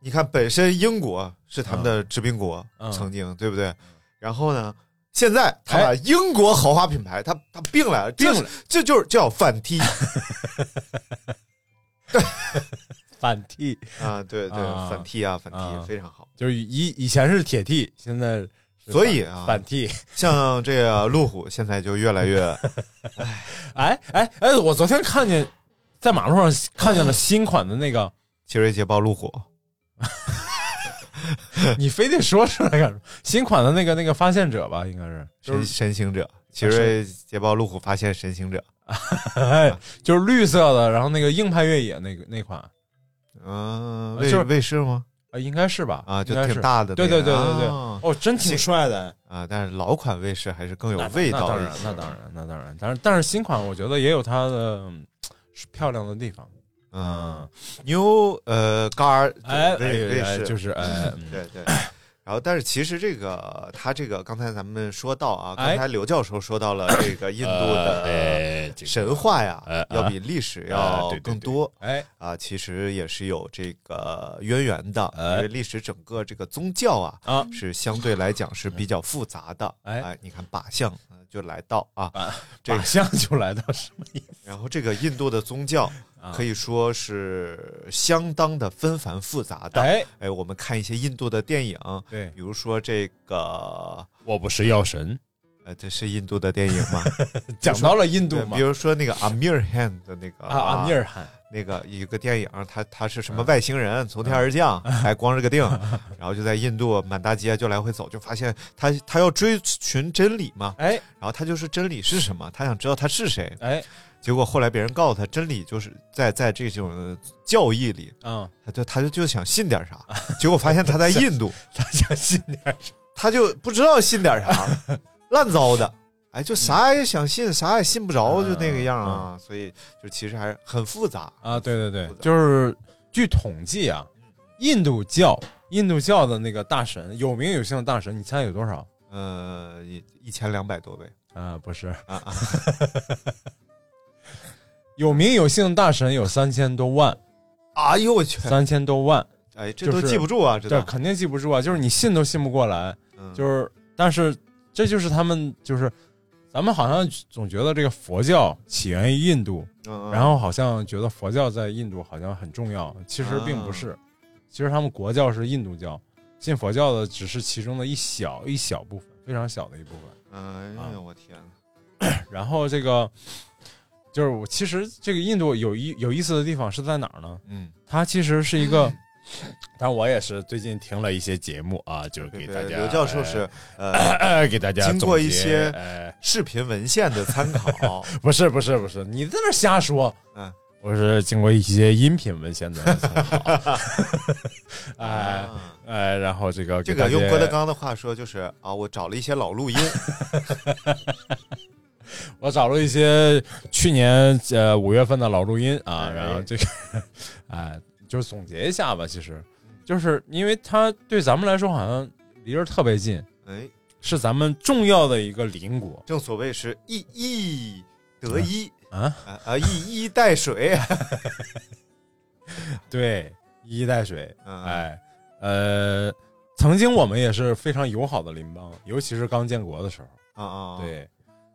Speaker 2: 你看，本身英国是他们的殖民国，
Speaker 3: 嗯
Speaker 2: 曾经对不对？然后呢，现在他把英国豪华品牌，他他并来了，
Speaker 3: 哎并
Speaker 2: 这
Speaker 3: 了
Speaker 2: 这就是叫
Speaker 3: <laughs>
Speaker 2: 反踢
Speaker 3: 反替
Speaker 2: 啊！对对，
Speaker 3: 啊
Speaker 2: 反踢啊，反
Speaker 3: 啊
Speaker 2: 踢非常好。
Speaker 3: 就是以以前是铁 T，现在是反
Speaker 2: 所以啊
Speaker 3: 反 T，
Speaker 2: 像这个路虎现在就越来
Speaker 3: <laughs>
Speaker 2: 越
Speaker 3: 哎哎哎，我昨天看见在马路上看见了新款的那
Speaker 2: <laughs>
Speaker 3: 个，
Speaker 2: 奇瑞捷豹路虎，
Speaker 3: 你非得说出来干什么？新款的那个那个发现者吧，应该是就
Speaker 2: 神
Speaker 3: 是啊
Speaker 2: 神行者，奇瑞捷豹路虎发现神行者，
Speaker 3: 哎就是绿色的，然后那个硬派越野那个那款
Speaker 2: 嗯，
Speaker 3: 啊
Speaker 2: 卫
Speaker 3: 就是
Speaker 2: 卫士吗？
Speaker 3: 啊，应该是吧？
Speaker 2: 啊，就
Speaker 3: 应该是
Speaker 2: 挺大的那
Speaker 3: 对
Speaker 2: 个，
Speaker 3: 对对对对，
Speaker 2: 啊
Speaker 3: 哦，真挺帅的。
Speaker 2: 啊，但是老款卫士还是更有
Speaker 3: 那
Speaker 2: 味
Speaker 3: 那
Speaker 2: 道
Speaker 3: 当
Speaker 2: 一
Speaker 3: 然，
Speaker 2: 些
Speaker 3: 那当然，那当然，但是但是新款我觉得也有它的嗯漂亮的地方。
Speaker 2: 嗯，牛呃肝儿，
Speaker 3: 哎，
Speaker 2: 卫卫士
Speaker 3: 就是哎，嗯
Speaker 2: 对对。然后，但是其实这个他这个刚才咱们说到啊，
Speaker 3: 哎
Speaker 2: 刚才刘教授说到了这个印度的
Speaker 3: 呃这个
Speaker 2: 神话呀
Speaker 3: 呃，
Speaker 2: 要比历史
Speaker 3: 啊
Speaker 2: 要
Speaker 3: 对对
Speaker 2: 更
Speaker 3: 对
Speaker 2: 多
Speaker 3: 哎
Speaker 2: 啊，其实也是有这个渊源的，
Speaker 3: 哎
Speaker 2: 因为历史整个这个宗教啊
Speaker 3: 啊
Speaker 2: 是相对来讲是比较复杂的。
Speaker 3: 哎
Speaker 2: 哎，你看靶向呃就来到啊，这
Speaker 3: 靶
Speaker 2: 个
Speaker 3: 向就来到什么意思？
Speaker 2: 然后这个印度的宗教
Speaker 3: 啊
Speaker 2: 可以说是相当的纷繁复杂的。
Speaker 3: 哎，
Speaker 2: 哎，我们看一些印度的电影，
Speaker 3: 对
Speaker 2: 比，如说这个，
Speaker 3: 我不是药神，
Speaker 2: 呃，这是印度的电影吗？
Speaker 3: <laughs> 讲到了 <laughs> 印度
Speaker 2: 对，
Speaker 3: 嘛
Speaker 2: 比，如说那个阿米尔汗的那个
Speaker 3: 啊，阿米尔汗，
Speaker 2: 那个有个电影，他他是什么外星人从天而降，
Speaker 3: 啊
Speaker 2: 还光着个
Speaker 3: <laughs>
Speaker 2: 腚，然后就在印度满大街就来回走，就发现他他要追寻真理嘛，
Speaker 3: 哎
Speaker 2: 然后他就是真理是什么，他想知道他是谁，
Speaker 3: 哎，
Speaker 2: 结果后来别人告诉他，真理就是在在这种教义里，
Speaker 3: 嗯，
Speaker 2: 他就他就就想信点啥，结果发现他在印度，
Speaker 3: <laughs> 他想信点儿什么
Speaker 2: 他就不知道信点啥，
Speaker 3: <laughs>
Speaker 2: 烂糟的，哎，
Speaker 3: 嗯
Speaker 2: 就啥也想信，啥也信不着，就那个样啊，所以就其实还是很复杂
Speaker 3: 啊？对对对
Speaker 2: 复，杂
Speaker 3: <laughs> 就是据统计啊，印度教印度教的那个大神，有名有姓的大神，你猜有多少？
Speaker 2: 呃，一一千两百多位，
Speaker 3: 哎、啊，不是， <laughs> 有名有姓大神有三千多万， <laughs>
Speaker 2: 哎呦我去，
Speaker 3: 三千多万，
Speaker 2: 哎，这都
Speaker 3: 就是
Speaker 2: 记不住啊，这
Speaker 3: 这
Speaker 2: 都，
Speaker 3: 肯定记不住啊，就是你信都信不过来，
Speaker 2: 嗯
Speaker 3: 就是，但是这就是他们就是。咱们好像总觉得这个佛教起源于印度，
Speaker 2: 嗯嗯
Speaker 3: 然后好像觉得佛教在印度好像很重要，其实并不是。
Speaker 2: 嗯
Speaker 3: 其实他们国教是印度教，信佛教的只是其中的一小一小部分，非常小的一部分。
Speaker 2: 哎
Speaker 3: 嗯
Speaker 2: 呦我天哪，
Speaker 3: 然后这个就是我，其实这个印度有意有意思的地方是在哪儿呢？
Speaker 2: 嗯，
Speaker 3: 它其实是一个， <clears throat> 当然我也是最近听了一些节目啊，就是
Speaker 2: 对
Speaker 3: 给大
Speaker 2: 对，
Speaker 3: 家
Speaker 2: 刘教授是呃
Speaker 3: 呃给大家
Speaker 2: 经
Speaker 3: 总
Speaker 2: 过
Speaker 3: 结
Speaker 2: 一些
Speaker 3: 呃
Speaker 2: 视频文献的
Speaker 3: <laughs>
Speaker 2: 参考，啊
Speaker 3: 不是不是不是，你在那瞎说。
Speaker 2: 嗯，
Speaker 3: 我是经过一些音频文
Speaker 2: <laughs>
Speaker 3: 献的参考，哎
Speaker 2: 啊
Speaker 3: 哎，然后这个
Speaker 2: 这
Speaker 3: 给
Speaker 2: 个
Speaker 3: 大家
Speaker 2: 用郭德，纲的话说就是啊，我找了一些老录音，
Speaker 3: 我找了一些去年呃五月份的老录音啊
Speaker 2: 哎，
Speaker 3: 然后这个 <laughs> 哎，就是总结一下吧，其实就是因为它对咱们来说好像离着特别近，
Speaker 2: 哎，
Speaker 3: 是咱们重要的一个邻国
Speaker 2: 正所谓是一一得一
Speaker 3: 啊，
Speaker 2: 啊啊，一衣带水， <laughs> 啊
Speaker 3: 对，一衣带水，
Speaker 2: 嗯
Speaker 3: 哎，呃，曾经我们也是非常友好的邻邦，尤其是刚建国的时候。
Speaker 2: 啊啊，
Speaker 3: 对，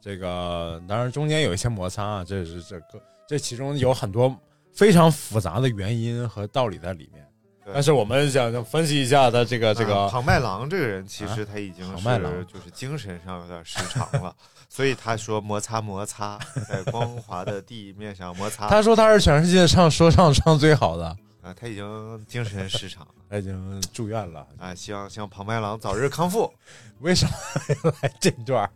Speaker 3: 这个当然中间有一些摩擦啊，这是这个这其中有很多非常复杂的原因和道理在里面。
Speaker 2: 对
Speaker 3: 但是我们想分析一下他这个这个
Speaker 2: 啊庞麦郎这个人，其实他已经
Speaker 3: 啊庞麦
Speaker 2: 是
Speaker 3: 郎
Speaker 2: 就是精神上有点失常了，所以他说摩擦摩擦，在光滑的地面上摩
Speaker 3: <laughs>
Speaker 2: 擦，
Speaker 3: 他说他是全世界唱说唱唱最好的，
Speaker 2: 啊，他已经精神失常了
Speaker 3: 他已经住院了，
Speaker 2: 啊，希望希望庞麦郎早日康复。
Speaker 3: <laughs> 为什么要来这段儿？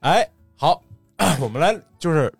Speaker 3: 哎，好， <clears throat> 我们来就是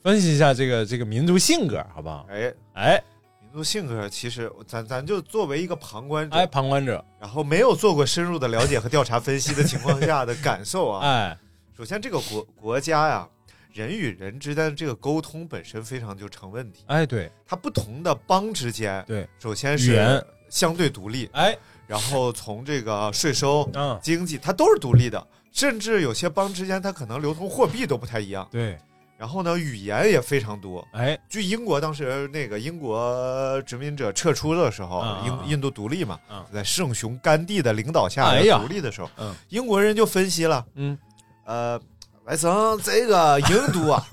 Speaker 3: 分析一下这个这个民族性格，好不好？
Speaker 2: 哎，
Speaker 3: 哎
Speaker 2: 民族性格其实咱咱就作为一个旁观者，
Speaker 3: 哎，旁观者，
Speaker 2: 然后没有做过深入的了解和调查分析的情况下的感
Speaker 3: <laughs>
Speaker 2: 受啊，
Speaker 3: 哎，
Speaker 2: 首先这个国国家呀、人与人之间的这个沟通本身非常就成问题，
Speaker 3: 哎，对
Speaker 2: 它不同的邦之间，
Speaker 3: 对，
Speaker 2: 首先
Speaker 3: 语言
Speaker 2: 是相对独立，
Speaker 3: 哎，
Speaker 2: 然后从这个税收、
Speaker 3: 嗯，
Speaker 2: 经济，它都是独立的。甚至有些邦之间，它可能流通货币都不太一样。
Speaker 3: 对，
Speaker 2: 然后呢，语言也非常多。
Speaker 3: 哎，
Speaker 2: 据英国当时那个英国殖民者撤出的时候，
Speaker 3: 嗯嗯
Speaker 2: 英印度独立嘛，
Speaker 3: 嗯
Speaker 2: 在圣雄甘地的领导下
Speaker 3: 哎呀
Speaker 2: 独立的时候，
Speaker 3: 嗯
Speaker 2: 英国人就分析了，
Speaker 3: 嗯，
Speaker 2: 呃，莱森这个印度
Speaker 3: <laughs>
Speaker 2: 啊，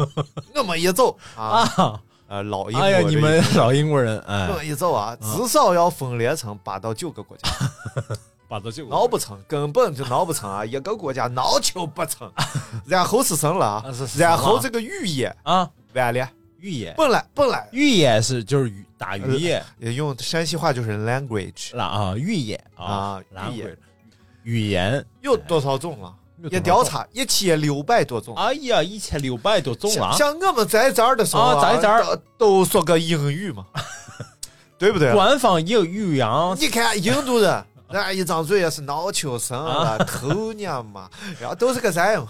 Speaker 2: 我们一走啊，
Speaker 3: 啊，
Speaker 2: 呃，老英国
Speaker 3: 哎呀，
Speaker 2: 这
Speaker 3: 你
Speaker 2: 一
Speaker 3: 们
Speaker 2: 种
Speaker 3: 老英国人，
Speaker 2: 我
Speaker 3: 哎，
Speaker 2: 们一走啊，至少要分裂成八到九个
Speaker 3: <laughs>
Speaker 2: 国家，
Speaker 3: 把这就
Speaker 2: 闹不成，根本就闹不成啊！一个国家闹球
Speaker 3: <laughs>
Speaker 2: 不成，然后是什么了啊
Speaker 3: 啊是？是
Speaker 2: 然后这个语言
Speaker 3: 啊，
Speaker 2: 完了，
Speaker 3: 玉野，
Speaker 2: 本来本来
Speaker 3: 玉野是就是鱼打渔业
Speaker 2: 也用山西话就是 language，
Speaker 3: 啦啊，玉野
Speaker 2: 啊
Speaker 3: 兰
Speaker 2: 玉野
Speaker 3: 桂语言，
Speaker 2: 有多少种了？
Speaker 3: 有多少种
Speaker 2: 也调查一千六百多种。
Speaker 3: 哎呀，一千六百多种了
Speaker 2: 像
Speaker 3: 啊，
Speaker 2: 像我们在这儿的时候
Speaker 3: 啊在这儿
Speaker 2: 都都说个英语嘛，对不对？
Speaker 3: 官方有语言，
Speaker 2: 你看印度人，那一张嘴也是脑球生
Speaker 3: 啊
Speaker 2: 了，啊头娘嘛，然后都是个人嘛。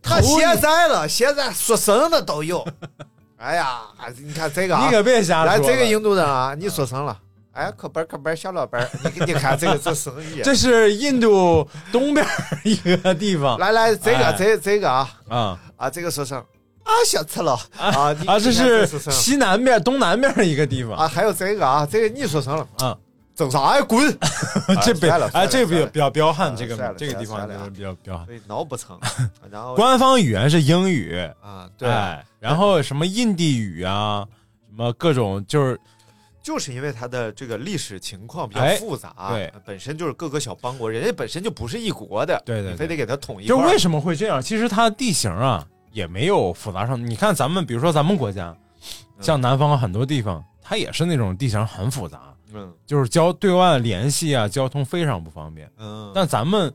Speaker 2: 他
Speaker 3: 头
Speaker 2: 现在了，现在说神的都有。 <laughs> 哎呀，你看这个啊
Speaker 3: 你，可别瞎
Speaker 2: 来
Speaker 3: 说了，
Speaker 2: 这个印度人啊，你说神了。哎，课本课本，小老板，你你看这个这神语。
Speaker 3: <laughs> 这是印度东边儿 <laughs> 一个地方
Speaker 2: 来来，这个
Speaker 3: 哎
Speaker 2: 这这个啊
Speaker 3: 啊
Speaker 2: 啊，这个说声啊，想吃了啊你
Speaker 3: 啊，
Speaker 2: 你看
Speaker 3: 这
Speaker 2: 这
Speaker 3: 是
Speaker 2: 说声
Speaker 3: 西南边儿、东南边儿一个地方
Speaker 2: 啊，还有这个啊，这个你说声了，
Speaker 3: 啊。
Speaker 2: 整啥呀？滚！
Speaker 3: 这
Speaker 2: 啊
Speaker 3: 北
Speaker 2: 算了
Speaker 3: 哎，这个比
Speaker 2: 算
Speaker 3: 较
Speaker 2: 了
Speaker 3: 比较彪悍，
Speaker 2: 啊
Speaker 3: 这
Speaker 2: 算
Speaker 3: 个
Speaker 2: 了
Speaker 3: 这个地方
Speaker 2: 算
Speaker 3: 就
Speaker 2: 了
Speaker 3: 是比较彪悍。
Speaker 2: 所以挠不
Speaker 3: <laughs>
Speaker 2: 成，然后
Speaker 3: 官方语言是英语，
Speaker 2: 啊，对，
Speaker 3: 哎，然后什么印地语啊，什么各种就是
Speaker 2: 就是因为它的这个历史情况比较
Speaker 3: 哎
Speaker 2: 复杂，啊
Speaker 3: 对，
Speaker 2: 本身就是各个小邦国，人家本身就不是一国的，
Speaker 3: 对对对
Speaker 2: 你非得给它统一
Speaker 3: 就
Speaker 2: 块儿，
Speaker 3: 为什么会这样？其实它地形啊也没有复杂上，你看咱们比如说咱们国家，
Speaker 2: 嗯
Speaker 3: 像南方很多地方，它也是那种地形很复杂，
Speaker 2: 嗯
Speaker 3: 就是交对外联系啊，交通非常不方便。
Speaker 2: 嗯，
Speaker 3: 但咱们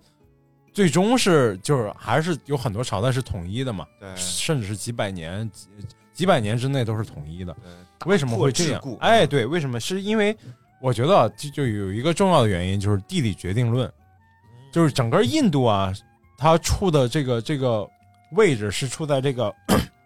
Speaker 3: 最终是就是还是有很多朝代是统一的嘛，
Speaker 2: 对
Speaker 3: 甚至是几百年几几百年之内都是统一的。
Speaker 2: 对
Speaker 3: 为什么会这
Speaker 2: 破桎
Speaker 3: 样
Speaker 2: 梏？
Speaker 3: 哎，对，为什么？是因为我觉得啊就就有一个重要的原因，就是地理决定
Speaker 2: 嗯
Speaker 3: 论，就是整个印度啊，它处的这个这个位置是处在这个 <clears throat>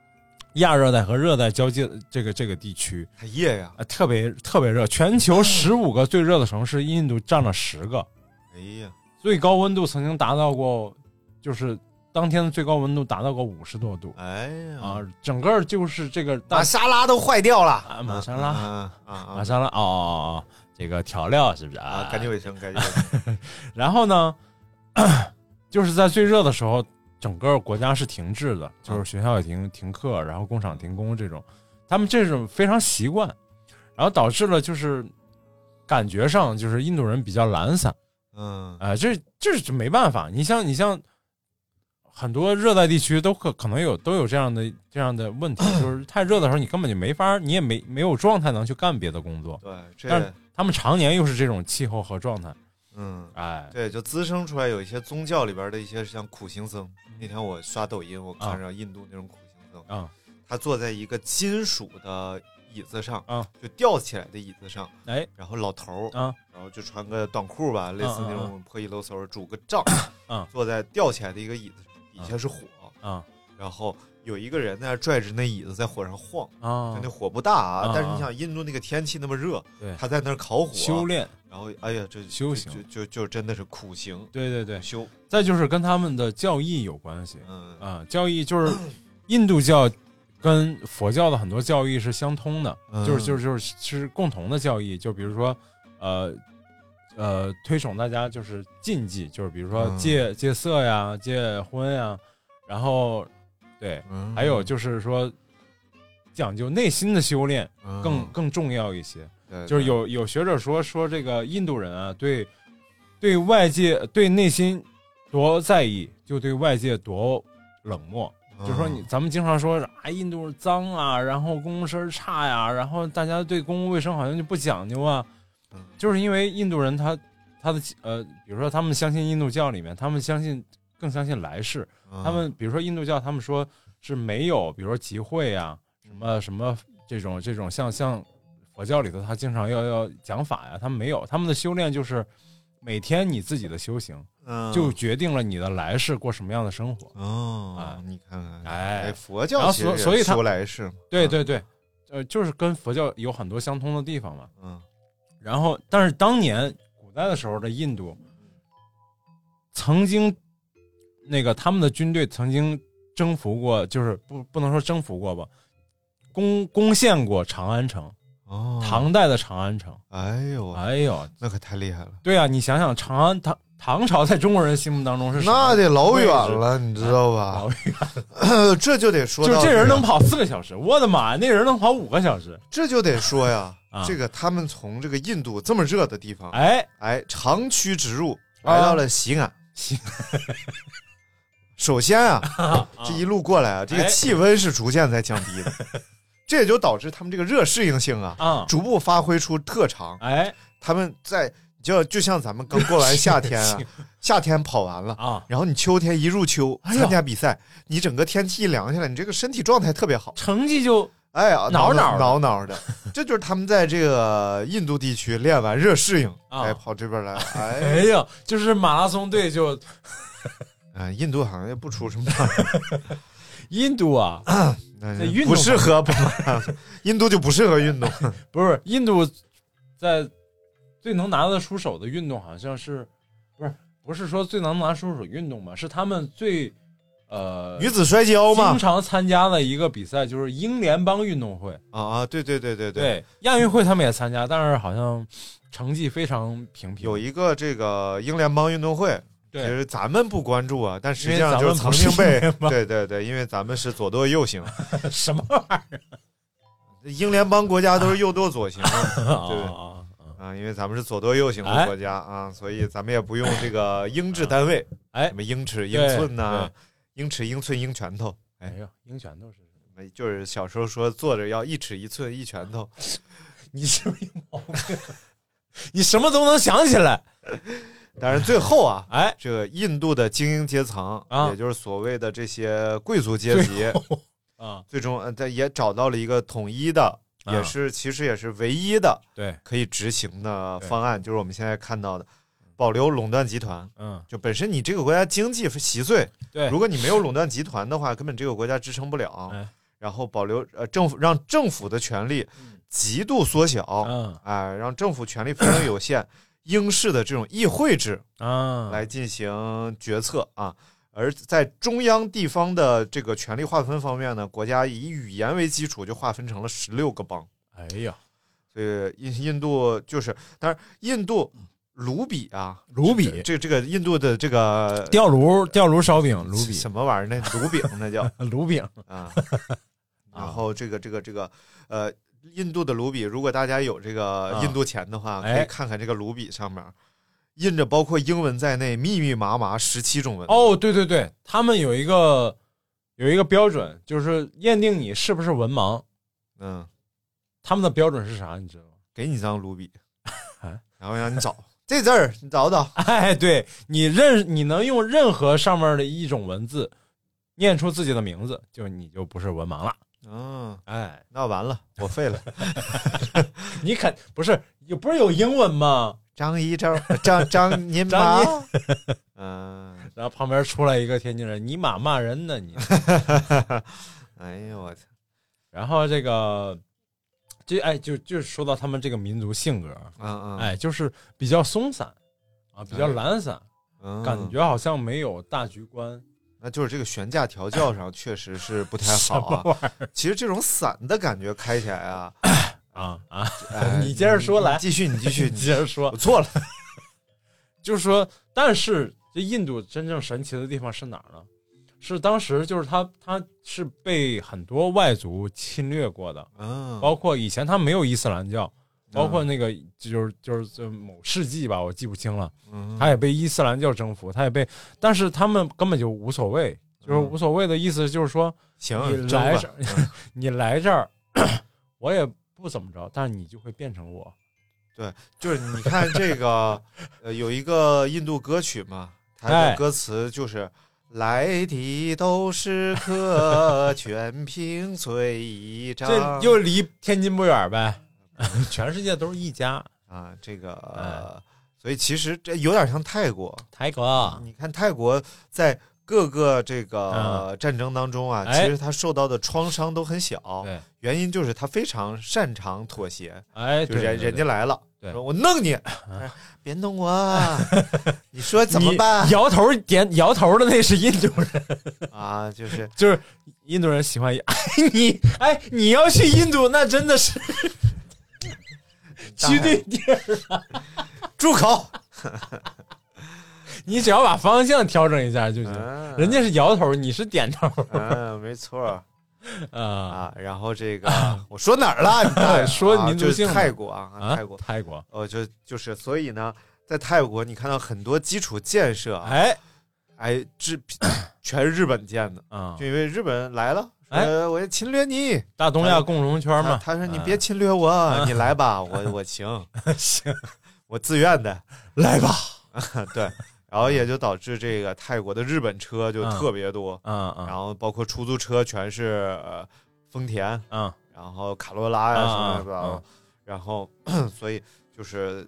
Speaker 3: 亚热带和热带交界的这个这个地区
Speaker 2: 它夜呀，
Speaker 3: 啊，特别特别热。全球十五个最热的城市，印度占了十个，
Speaker 2: 哎呀，
Speaker 3: 最高温度曾经达到过就是当天的最高温度达到过五十多度
Speaker 2: 哎呀，
Speaker 3: 啊，整个就是这个大
Speaker 2: 玛莎拉都坏掉了，
Speaker 3: 啊玛莎拉
Speaker 2: 啊啊
Speaker 3: 马
Speaker 2: 啊
Speaker 3: 上了哦哦哦，这个调料是不是
Speaker 2: 啊
Speaker 3: 啊
Speaker 2: 啊！？干净卫生，干净卫生，
Speaker 3: 然后呢， <clears throat> 就是在最热的时候，整个国家是停滞的，就是学校也停停课，然后工厂停工这种，他们这种非常习惯，然后导致了就是感觉上就是印度人比较懒散
Speaker 2: 嗯
Speaker 3: 啊、这这是没办法。你像你像很多热带地区都可可能有都有这样的这样的问题，就是太热的时候你根本就没法，你也没没有状态能去干别的工作。
Speaker 2: 对，
Speaker 3: 但
Speaker 2: 这
Speaker 3: 是他们常年又是这种气候和状态，
Speaker 2: 嗯。
Speaker 3: 哎，
Speaker 2: 对，就滋生出来有一些宗教里边的一些像苦行僧。那天我刷抖音，我看着印度那种苦行僧，
Speaker 3: 啊
Speaker 2: 他坐在一个金属的椅子上，
Speaker 3: 啊，
Speaker 2: 就吊起来的椅子上，
Speaker 3: 哎
Speaker 2: 然后老头儿，
Speaker 3: 啊
Speaker 2: 然后就穿个短裤吧，类似那种破衣漏嗖，拄个
Speaker 3: <coughs>
Speaker 2: 杖，
Speaker 3: 嗯
Speaker 2: 坐在吊起来的一个椅子上，底下是火，
Speaker 3: 啊
Speaker 2: 然后有一个人在那拽着那椅子在火上晃，
Speaker 3: 啊
Speaker 2: 就那！火不大啊，
Speaker 3: 啊
Speaker 2: 但是你想印度那个天气那么热，
Speaker 3: 对
Speaker 2: 他在那儿烤火，
Speaker 3: 修炼，
Speaker 2: 然后哎呀，这
Speaker 3: 修行
Speaker 2: 就就就就真的是苦行
Speaker 3: 对对对，
Speaker 2: 修，
Speaker 3: 再就是跟他们的教义有关系
Speaker 2: 嗯
Speaker 3: 啊，教义就是
Speaker 2: <coughs>
Speaker 3: 印度教跟佛教的很多教义是相通的，
Speaker 2: 嗯
Speaker 3: 就是就是就是是共同的教义，就比如说呃呃推崇大家就是禁忌，就是比如说
Speaker 2: 嗯
Speaker 3: 戒、戒色呀、戒婚呀，然后对，
Speaker 2: 嗯
Speaker 3: 还有就是说讲究内心的修炼更、更重要一些。
Speaker 2: 嗯对
Speaker 3: 就是
Speaker 2: 对
Speaker 3: 有有学者说说这个印度人啊，对对外界对内心多在意，就对外界多冷漠。
Speaker 2: 嗯
Speaker 3: 就说你咱们经常说啊，印度人脏啊，然后公共设施差呀、然后大家对公共卫生好像就不讲究啊
Speaker 2: 嗯，
Speaker 3: 就是因为印度人他他的呃，比如说他们相信印度教里面，他们相信更相信来世，
Speaker 2: 嗯
Speaker 3: 他们比如说印度教，他们说是没有，比如说集会啊，什
Speaker 2: 嗯
Speaker 3: 么什么这种这种像像佛教里头，他经常要要讲法呀、他们没有，他们的修炼就是每天你自己的修行，
Speaker 2: 嗯
Speaker 3: 就决定了你的来世过什么样的生活。
Speaker 2: 哦
Speaker 3: 啊，
Speaker 2: 你看看，
Speaker 3: 哎
Speaker 2: 佛
Speaker 3: 然
Speaker 2: 教
Speaker 3: 后
Speaker 2: 其实
Speaker 3: 所
Speaker 2: 也
Speaker 3: 所以他
Speaker 2: 修来世嘛，
Speaker 3: 对对对，呃，就是跟佛教有很多相通的地方嘛。
Speaker 2: 嗯，
Speaker 3: 然后，但是当年古代的时候的印度，曾经那个他们的军队曾经征服过，就是不不能说征服过吧，攻攻陷过长安城，
Speaker 2: 哦，
Speaker 3: 唐代的长安城。
Speaker 2: 哎呦，
Speaker 3: 哎呦，
Speaker 2: 那可太厉害了，
Speaker 3: 对啊，你想想长安唐唐朝在中国人心目当中是什么
Speaker 2: 那得老远
Speaker 3: 位
Speaker 2: 了，你知道
Speaker 3: 置，
Speaker 2: 吧
Speaker 3: 啊老？远
Speaker 2: 这就得说
Speaker 3: 就
Speaker 2: 到
Speaker 3: 是这人
Speaker 2: 个
Speaker 3: 能跑四个小时，我的妈呀，那人能跑五个小时，
Speaker 2: 这就得说呀
Speaker 3: 啊，
Speaker 2: 这个他们从这个印度这么热的地方，
Speaker 3: 哎，
Speaker 2: 哎，长驱直入，
Speaker 3: 啊
Speaker 2: 来到了
Speaker 3: <laughs>
Speaker 2: 西安。
Speaker 3: 西
Speaker 2: 首先啊，这一路过来啊，这个
Speaker 3: 哎
Speaker 2: 气温是逐渐在降低的，这也就导致他们这个热适应性啊，
Speaker 3: 啊、
Speaker 2: 逐步发挥出特长。
Speaker 3: 哎
Speaker 2: 他们在就就像咱们刚过完夏
Speaker 3: <laughs>
Speaker 2: 天啊，夏天跑完了。
Speaker 3: 啊，
Speaker 2: 然后你秋天一入秋
Speaker 3: 哎呦
Speaker 2: 参加比赛，你整个天气一凉下来，你这个身体状态特别好。
Speaker 3: 成绩就
Speaker 2: 哎呀，
Speaker 3: 挠挠的
Speaker 2: 挠挠的，这就是他们在这个印度地区练完热适应，
Speaker 3: 啊
Speaker 2: 哎，跑这
Speaker 3: <laughs>
Speaker 2: 边来，哎，
Speaker 3: 哎呀，就是马拉松队就
Speaker 2: 啊，印度好像也不出
Speaker 3: <laughs>
Speaker 2: 什么大，
Speaker 3: 印度啊，
Speaker 2: 那
Speaker 3: 那运动
Speaker 2: 不适合跑， <laughs> 印度就不适合运动，
Speaker 3: 不是印度，在最能拿得出手的运动好像是，不是不是说最能拿出手运动吧？是他们最呃
Speaker 2: 女子摔跤嘛
Speaker 3: 经，常参加的一个比赛，就是英联邦运动会。
Speaker 2: 啊啊，对对对对，
Speaker 3: 亚运会他们也参加，但是好像成绩非常平平。
Speaker 2: 有一个这个英联邦运动会，其
Speaker 3: 对
Speaker 2: 实咱们不关注啊，但实
Speaker 3: 因
Speaker 2: 际
Speaker 3: 为
Speaker 2: 上
Speaker 3: 咱
Speaker 2: 就
Speaker 3: 们
Speaker 2: 是曾
Speaker 3: 不是
Speaker 2: 经被
Speaker 3: 英联，邦
Speaker 2: 对对对，因为咱们是左舵右行，
Speaker 3: 什么玩意
Speaker 2: 英联邦国家都是右舵左行
Speaker 3: 儿 <laughs>
Speaker 2: 啊，对。
Speaker 3: 啊？
Speaker 2: 啊，因为咱们是左舵右行的
Speaker 3: 哎
Speaker 2: 国家、啊，所以咱们也不用这个英制单位，
Speaker 3: 哎
Speaker 2: 什么英尺、英
Speaker 3: 对
Speaker 2: 寸呐、英尺、英寸、英拳头，
Speaker 3: 哎呀，鹰拳都是
Speaker 2: 就是小时候说坐着要一尺一寸一拳头，
Speaker 3: <laughs> 你是不是有毛病？你什么都能想起来？，
Speaker 2: 但是最后啊
Speaker 3: 哎，
Speaker 2: 这个印度的精英阶层，
Speaker 3: 啊
Speaker 2: 也就是所谓的这些贵族阶级，
Speaker 3: 啊，
Speaker 2: 最终呃，他也找到了一个统一的，
Speaker 3: 啊
Speaker 2: 也是其实也是唯一的
Speaker 3: 对，
Speaker 2: 可以执行的
Speaker 3: 对
Speaker 2: 方案，就是我们现在看到的，保留垄断集团。
Speaker 3: 嗯，
Speaker 2: 就本身你这个国家经济稀碎，
Speaker 3: 对
Speaker 2: 如果你没有垄断集团的话，根本这个国家支撑不了。
Speaker 3: 哎
Speaker 2: 然后保留呃政府让政府的权力极度缩小，啊、
Speaker 3: 嗯
Speaker 2: 让政府权力非常有限。英式的这种议会制
Speaker 3: 啊，
Speaker 2: 来进行决策啊，而在中央地方的这个权力划分方面呢，国家以语言为基础就划分成了十六个邦。
Speaker 3: 哎呀，
Speaker 2: 所以印印度就是，当然印度卢比啊，
Speaker 3: 嗯卢比
Speaker 2: 这这个印度的这个
Speaker 3: 吊炉吊炉烧饼，卢
Speaker 2: 什么玩意儿？那卢饼
Speaker 3: <laughs>
Speaker 2: 那叫
Speaker 3: 比卢饼， <laughs>
Speaker 2: 啊。
Speaker 3: 啊
Speaker 2: 然后这个这个这个呃，印度的卢比，如果大家有这个
Speaker 3: 啊
Speaker 2: 印度钱的话，可
Speaker 3: 哎
Speaker 2: 以看看这个卢比上面印着包括英文在内密密麻麻十七种文字。
Speaker 3: 哦，对对对，他们有一个有一个标准，就是验定你是不是文盲。
Speaker 2: 嗯，
Speaker 3: 他们的标准是啥？你知道吗？ <laughs>
Speaker 2: 给你一张卢比
Speaker 3: 啊，
Speaker 2: 然后让你找这字儿，你找找。
Speaker 3: 哎，对你认你能用任何上面的一种文字念出自己的名字，就你就不是文盲了。
Speaker 2: 嗯，
Speaker 3: 哎，
Speaker 2: 那完
Speaker 3: <laughs>
Speaker 2: 了，我废了。
Speaker 3: 你肯不是有不是有英文吗？
Speaker 2: 张一周，张张
Speaker 3: <laughs>
Speaker 2: 您
Speaker 3: 张
Speaker 2: 妈
Speaker 3: 一，
Speaker 2: 嗯。 <laughs>
Speaker 3: 然后旁边出来一个天津人，尼玛骂人呢你。
Speaker 2: 哎呦我操！
Speaker 3: 然后这个这哎就就是说到他们这个民族性格，
Speaker 2: 嗯嗯，
Speaker 3: 哎，就是比较松散啊，比较懒散，
Speaker 2: 嗯，
Speaker 3: 感觉好像没有大局观。
Speaker 2: 那就是这个悬架调教上确实是不太
Speaker 3: 什
Speaker 2: 好
Speaker 3: 么
Speaker 2: 啊。
Speaker 3: 玩意
Speaker 2: 其实这种散的感觉开起来
Speaker 3: <laughs>
Speaker 2: 啊，
Speaker 3: 儿啊啊！
Speaker 2: 哎
Speaker 3: 你接着说来
Speaker 2: 你继续，你
Speaker 3: <laughs>
Speaker 2: 继续，
Speaker 3: 你接着说
Speaker 2: 我，错了。
Speaker 3: 就是说，但是这印度真正神奇的地方是哪儿呢？是当时就是它它是被很多外族侵略过的，
Speaker 2: 嗯，
Speaker 3: 包括以前它没有伊斯兰教，包括那个就是就是这某世纪吧，我记不清了，
Speaker 2: 嗯
Speaker 3: 它也被伊斯兰教征服，它也被，但是他们根本就无所谓，就是无所谓的意思就是说，
Speaker 2: 行
Speaker 3: 你，
Speaker 2: 争嗯
Speaker 3: 来
Speaker 2: 吧
Speaker 3: 这儿， <laughs> 你来这儿， <coughs> 我也不怎么着，但是你就会变成我。
Speaker 2: 就是你看这
Speaker 3: <laughs>
Speaker 2: 个，呃，有一个印度歌曲嘛，它
Speaker 3: 哎
Speaker 2: 的歌词就是。来的都是客，全凭嘴一
Speaker 3: <laughs>
Speaker 2: 张。
Speaker 3: 这又离天津不远呗， <laughs> 全世界都是一家。
Speaker 2: 啊，这个、呃
Speaker 3: 哎
Speaker 2: 所以其实这有点像泰国，
Speaker 3: 泰国，
Speaker 2: 你看泰国在各个这个战争当中啊，
Speaker 3: 嗯哎
Speaker 2: 其实他受到的创伤都很小，
Speaker 3: 对，
Speaker 2: 原因就是他非常擅长妥协，
Speaker 3: 哎，
Speaker 2: 就
Speaker 3: 对
Speaker 2: 人
Speaker 3: 对
Speaker 2: 人
Speaker 3: 对
Speaker 2: 家来了，
Speaker 3: 对嗯
Speaker 2: 说我弄你，哎别弄我 <laughs> 啊，你说怎么
Speaker 3: 你
Speaker 2: 办
Speaker 3: 摇头点摇头的那是印度人，
Speaker 2: 啊？
Speaker 3: <laughs>
Speaker 2: 就是
Speaker 3: 就是印度人喜欢 <laughs> 哎你哎你要去印度那真的是去对 <laughs> 地儿，
Speaker 2: 住口，
Speaker 3: 你只要把方向调整一下就行。
Speaker 2: 嗯
Speaker 3: 人家是摇头，你是点头
Speaker 2: 嗯，没错
Speaker 3: <laughs> 啊。
Speaker 2: 啊。然后这个 <laughs> 我说哪儿了？你大爷
Speaker 3: 哎说
Speaker 2: 啊
Speaker 3: 民族
Speaker 2: 就是
Speaker 3: 性
Speaker 2: 泰国啊，
Speaker 3: 啊，
Speaker 2: 泰国，
Speaker 3: 泰国，
Speaker 2: 哦，就就是，所以呢，在泰国你看到很多基础建设啊，
Speaker 3: 哎，
Speaker 2: 哎，这 <clears throat> 全是日本建的，
Speaker 3: 啊
Speaker 2: 就，因为日本来了，
Speaker 3: 哎
Speaker 2: 说我要侵略你，
Speaker 3: 大东亚共荣圈
Speaker 2: 他
Speaker 3: 嘛。
Speaker 2: 他说你
Speaker 3: 嗯
Speaker 2: 别侵略我，你来吧，我我行，
Speaker 3: <laughs> 行，
Speaker 2: 我自愿的，
Speaker 3: 来吧，
Speaker 2: 对，然后也就导致这个泰国的日本车就特别多，
Speaker 3: 嗯嗯
Speaker 2: 然后包括出租车全是呃丰田，
Speaker 3: 嗯
Speaker 2: 然后卡罗拉呀
Speaker 3: 啊
Speaker 2: 什么的，
Speaker 3: 啊啊
Speaker 2: 然后 <clears throat> 所以就是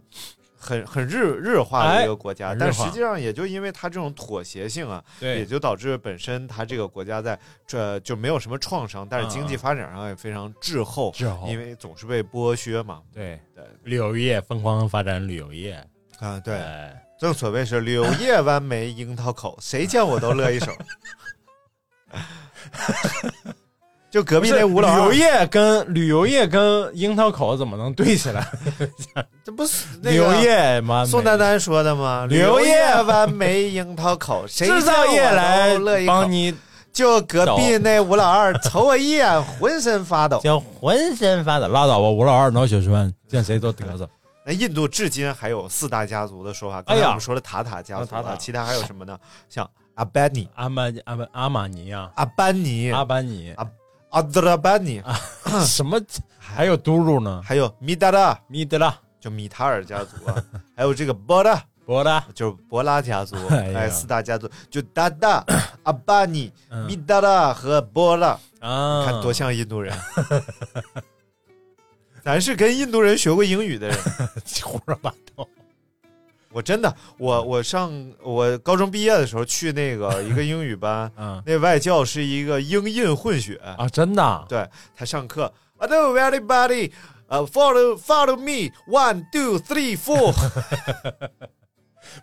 Speaker 2: 很很日日化的
Speaker 3: 哎
Speaker 2: 一个国家，
Speaker 3: 很日
Speaker 2: 但
Speaker 3: 化
Speaker 2: 实际上也就因为它这种妥协性啊，也
Speaker 3: 对，
Speaker 2: 就导致本身它这个国家在这就没有什么创伤，但是经济发展上也非常滞后，
Speaker 3: 滞后
Speaker 2: 因为总是被剥削嘛。
Speaker 3: 对
Speaker 2: 对
Speaker 3: 旅游业疯狂发展旅游业，
Speaker 2: 啊，对，
Speaker 3: 哎
Speaker 2: 正所谓是柳叶弯眉樱桃口，谁见我都乐一手。 <laughs> 就隔壁那吴老
Speaker 3: 旅游
Speaker 2: 二，
Speaker 3: 业跟旅游业跟樱桃口怎么能对起来？
Speaker 2: 这不是那
Speaker 3: 旅游
Speaker 2: 个
Speaker 3: 业嘛，
Speaker 2: 宋丹丹说的吗？
Speaker 3: 柳叶
Speaker 2: 叶弯眉樱桃口，谁
Speaker 3: 制造业
Speaker 2: 见我都
Speaker 3: 来
Speaker 2: 乐一口
Speaker 3: 帮。你
Speaker 2: 就隔壁那吴老二瞅我一眼，浑身发抖。
Speaker 3: 叫浑身发抖，拉倒吧，吴老二脑血栓，见谁都得瑟。
Speaker 2: 那印度至今还有四大家族的说法。
Speaker 3: 哎
Speaker 2: 刚
Speaker 3: 呀哦
Speaker 2: 才我们说了塔塔家族
Speaker 3: 塔塔
Speaker 2: 啊，其他还有什么呢？像阿班尼、
Speaker 3: 阿曼阿曼阿玛尼呀，
Speaker 2: 阿班尼、
Speaker 3: 阿班尼，
Speaker 2: 阿德拉班尼，
Speaker 3: <coughs> 啊什么还有嘟噜呢？
Speaker 2: 还有米达拉，
Speaker 3: 米德拉
Speaker 2: 就米塔尔家族啊，还有这个博拉，
Speaker 3: 博拉，
Speaker 2: 就是博拉家族，
Speaker 3: 哎呀
Speaker 2: 哎，四大家族就达达、阿班尼、
Speaker 3: 嗯
Speaker 2: 米达拉和博拉。
Speaker 3: 啊，
Speaker 2: 看多像印度人。咱是跟印度人学过英语的人，
Speaker 3: 胡说八道。
Speaker 2: 我真的，我我上我高中毕业的时候去那个一个英语班，
Speaker 3: 嗯 <laughs>
Speaker 2: 那外教是一个英印混血，
Speaker 3: 啊，真的啊，
Speaker 2: 对他上课，Hello everybody，呃、follow follow me one two three four，